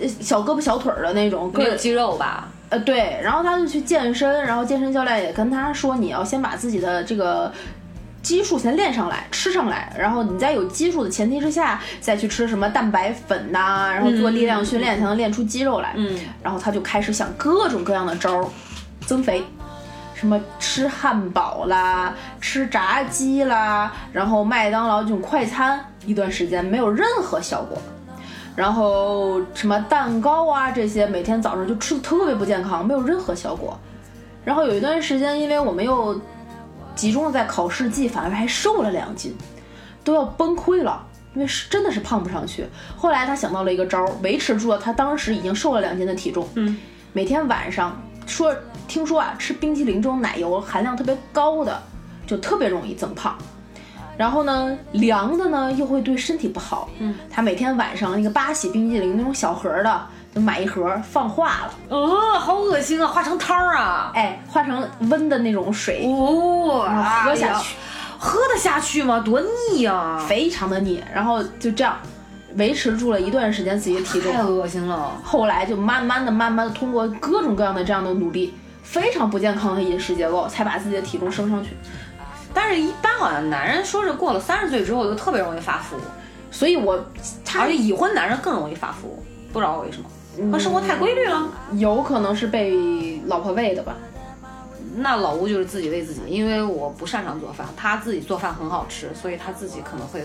Speaker 4: 呃小胳膊小腿儿的那种，个
Speaker 2: 没有
Speaker 4: 儿
Speaker 2: 肌肉吧？
Speaker 4: 呃对，然后他就去健身，然后健身教练也跟他说，你要先把自己的这个。基数先练上来，吃上来，然后你在有基数的前提之下，再去吃什么蛋白粉呐、然后做力量训练，才能练出肌肉来。
Speaker 2: 嗯，
Speaker 4: 然后他就开始想各种各样的招儿增肥，什么吃汉堡啦，吃炸鸡啦，然后麦当劳这种快餐，一段时间没有任何效果。然后什么蛋糕啊这些，每天早上就吃的特别不健康，没有任何效果。然后有一段时间，因为我们又集中的在考试季，反而还瘦了两斤，都要崩溃了。因为是真的是胖不上去。后来他想到了一个招儿，维持住了他当时已经瘦了两斤的体重。
Speaker 2: 嗯，
Speaker 4: 每天晚上说，听说啊，吃冰淇淋中奶油含量特别高的，就特别容易增胖。然后呢，凉的呢又会对身体不好。嗯，他每天晚上那个八喜冰淇淋那种小盒儿的，就买一盒儿放化了，
Speaker 2: 哦，好恶心啊，化成汤儿啊！
Speaker 4: 哎，化成温的那种水，
Speaker 2: 哦，
Speaker 4: 然后喝下
Speaker 2: 哎呀
Speaker 4: 去，
Speaker 2: 喝得下去吗？多腻啊！
Speaker 4: 非常的腻。然后就这样维持住了一段时间自己的体重
Speaker 2: 太，恶心了。
Speaker 4: 后来就慢慢的、慢慢的通过各种各样的这样的努力，非常不健康的饮食结构，才把自己的体重升上去。
Speaker 2: 但是，一般好像男人说是过了三十岁之后就特别容易发福，
Speaker 4: 所以我他
Speaker 2: 而且已婚男人更容易发福，不知道为什
Speaker 4: 嗯
Speaker 2: 么，和生活太规律了。
Speaker 4: 有可能是被老婆喂的吧？
Speaker 2: 那老吴就是自己喂自己，因为我不擅长做饭，他自己做饭很好吃，所以他自己可能会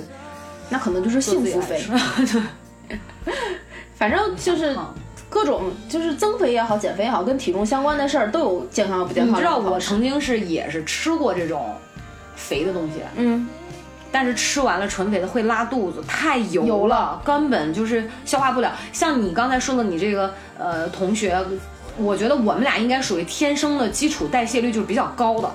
Speaker 4: 那可能就是
Speaker 2: 做
Speaker 4: 幸
Speaker 2: 自己
Speaker 4: 福
Speaker 2: 爱
Speaker 4: 肥
Speaker 2: 吃。。
Speaker 4: 反正就是
Speaker 2: 嗯
Speaker 4: 各种就是增肥也好，减肥也好，跟体重相关的事儿都有健康和不健
Speaker 2: 你
Speaker 4: 康
Speaker 2: 知
Speaker 4: 的
Speaker 2: 道
Speaker 4: 好
Speaker 2: 我
Speaker 4: 处
Speaker 2: 曾经是也是吃过这种肥的东西，
Speaker 4: 嗯
Speaker 2: 但是吃完了纯肥的会拉肚子，太油
Speaker 4: 油
Speaker 2: 了根本就是消化不了。像你刚才说的，你这个呃同学，我觉得我们俩应该属于天生的基础代谢率就是比较高的。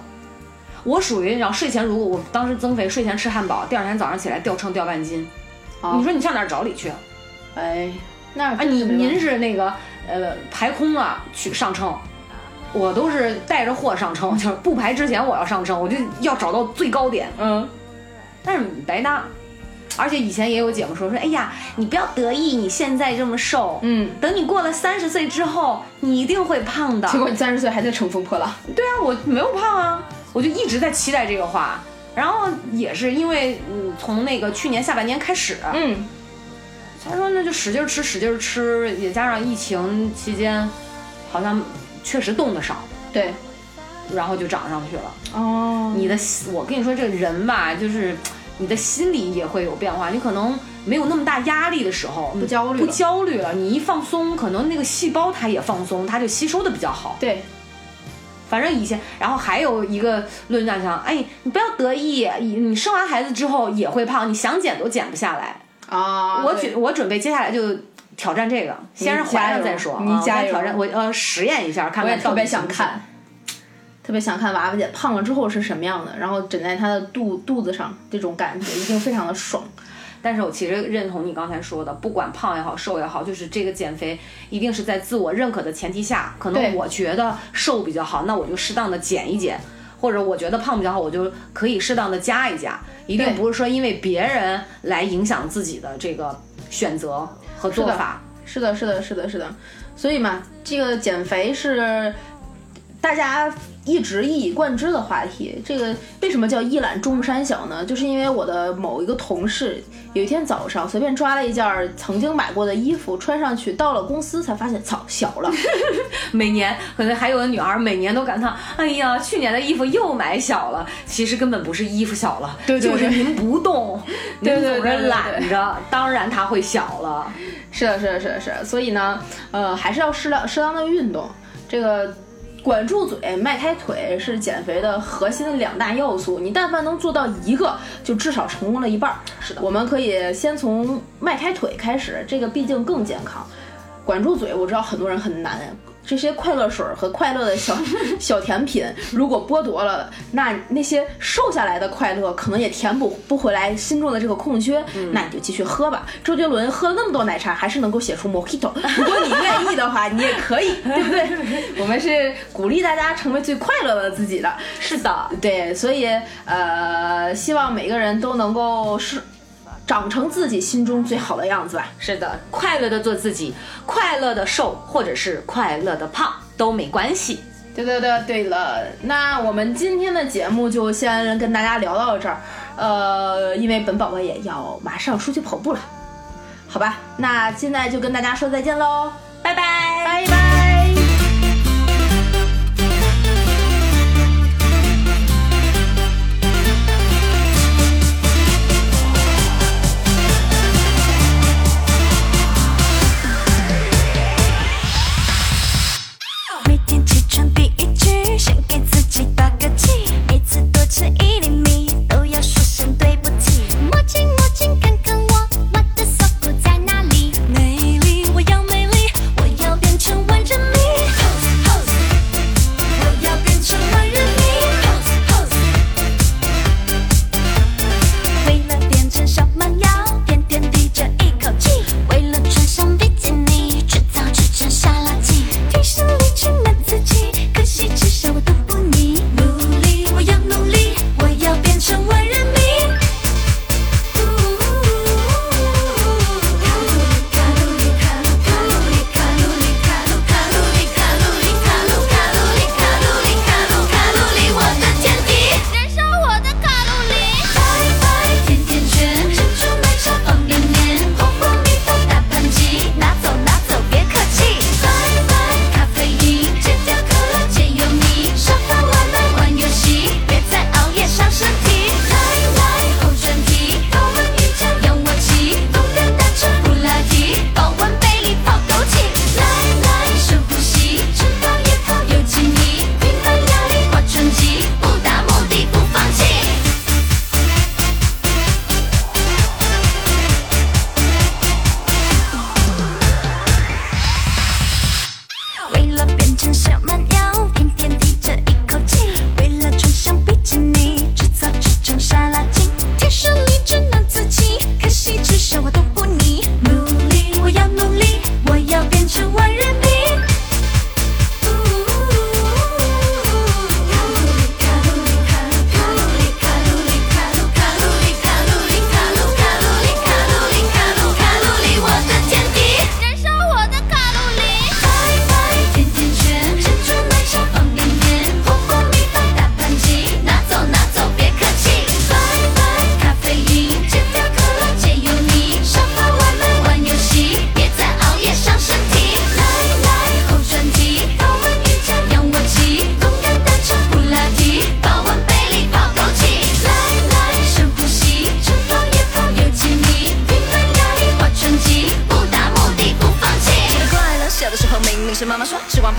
Speaker 2: 我属于，然后睡前如果我当时增肥，睡前吃汉堡，第二天早上起来掉秤掉半斤，
Speaker 4: 哦
Speaker 2: 你说你上哪儿找理去？
Speaker 4: 哎，那
Speaker 2: 啊，
Speaker 4: 啊
Speaker 2: 你您
Speaker 4: 您
Speaker 2: 是那个呃排空了去上秤，我都是带着货上秤，就是不排之前我要上秤，我就要找到最高点，
Speaker 4: 嗯，
Speaker 2: 但是白搭。而且以前也有姐们说说，哎呀，你不要得意，你现在这么瘦，
Speaker 4: 嗯，
Speaker 2: 等你过了三十岁之后，你一定会胖的。
Speaker 4: 结果你三十岁还在乘风破浪，
Speaker 2: 对啊，我没有胖啊，我就一直在期待这个话。然后也是因为，嗯，从那个去年下半年开始，
Speaker 4: 嗯，
Speaker 2: 他说那就使劲儿吃，使劲儿吃，也加上疫情期间，好像确实动的少，
Speaker 4: 对，
Speaker 2: 然后就涨上去了。
Speaker 4: 哦，
Speaker 2: 你的心，我跟你说，这个人吧，就是你的心理也会有变化。你可能没有那么大压力的时候，
Speaker 4: 不焦虑了
Speaker 2: 不焦虑了。你一放松，可能那个细胞它也放松，它就吸收的比较好。
Speaker 4: 对，
Speaker 2: 反正以前，然后还有一个论战上，哎，你不要得意，你生完孩子之后也会胖，你想减都减不下来。
Speaker 4: 啊，
Speaker 2: 我
Speaker 4: 对
Speaker 2: 准我准备接下来就挑战这个，先是怀上再说。
Speaker 4: 你
Speaker 2: 啊
Speaker 4: 加
Speaker 2: 我
Speaker 4: 油
Speaker 2: 挑战我呃实验一下，看
Speaker 4: 我也
Speaker 2: 看
Speaker 4: 特
Speaker 2: 到底
Speaker 4: 别
Speaker 2: 行
Speaker 4: 想
Speaker 2: 不行。
Speaker 4: 看，特别想看娃娃姐胖了之后是什么样的，然后枕在她的肚肚子上，这种感觉一定非常的爽。
Speaker 2: 但是我其实认同你刚才说的，不管胖也好，瘦也好，就是这个减肥一定是在自我认可的前提下。可能
Speaker 4: 对
Speaker 2: 我觉得瘦比较好，那我就适当的减一减；或者我觉得胖比较好，我就可以适当的加一加。一定
Speaker 4: 对
Speaker 2: 不是说因为别人来影响自己的这个选择和做
Speaker 4: 是的
Speaker 2: 法。
Speaker 4: 是的，是的，是的，是的。所以嘛，这个减肥是大家一直一以贯之的话题。这个为什么叫一览众山小呢？就是因为我的某一个同事有一天早上随便抓了一件儿曾经买过的衣服穿上去，到了公司才发现，操，小了。
Speaker 2: 每年可能还有的女孩每年都感叹：“哎呀，去年的衣服又买小了。”其实根本不是衣服小了，
Speaker 4: 对对
Speaker 2: 就是
Speaker 4: 对
Speaker 2: 您不动，您
Speaker 4: 对对
Speaker 2: 总
Speaker 4: 对
Speaker 2: 是
Speaker 4: 对
Speaker 2: 懒着，当然它会小了。
Speaker 4: 是的，是的，是的，是的。所以呢，呃，还是要适当适当的运动。这个管住嘴、迈开腿是减肥的核心的两大要素。你但凡能做到一个，就至少成功了一半儿。是的，我们可以先从迈开腿开始，这个毕竟更健康。管住嘴，我知道很多人很难。这些快乐水儿和快乐的小小甜品，如果剥夺了，那那些瘦下来的快乐可能也填补不回来心中的这个空缺。那你就继续喝吧。周杰伦喝了那么多奶茶，还是能够写出 Mojito。如果你愿意的话，你也可以，对不对？我们是鼓励大家成为最快乐的自己的。
Speaker 2: 是的，
Speaker 4: 对，所以呃，希望每个人都能够是长成自己心中最好的样子吧。
Speaker 2: 是的，快乐的做自己，快乐的瘦，或者是快乐的胖都没关系。
Speaker 4: 对对对，对了，那我们今天的节目就先跟大家聊到这儿，呃，因为本宝宝也要马上出去跑步了，好吧，那现在就跟大家说再见喽，
Speaker 2: 拜拜。
Speaker 4: 拜拜。
Speaker 5: 每天起床第一句，先给自己打个气，每次多吃一厘米，都要说声对不起。魔镜魔镜看看我，我的锁骨在哪里？美丽，我要美丽，我要变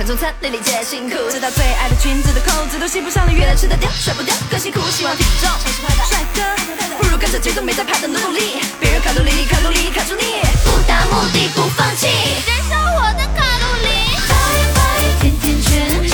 Speaker 2: 中餐，那里皆辛苦。直到最爱的裙子的扣子都系不上了，原来吃得掉，甩不掉，更辛苦。希望体重帅哥，不如跟着节奏没在怕的努努力，别让卡路里卡路里卡住你，不达目的不放弃，燃烧我的卡路里，发一发一甜甜圈。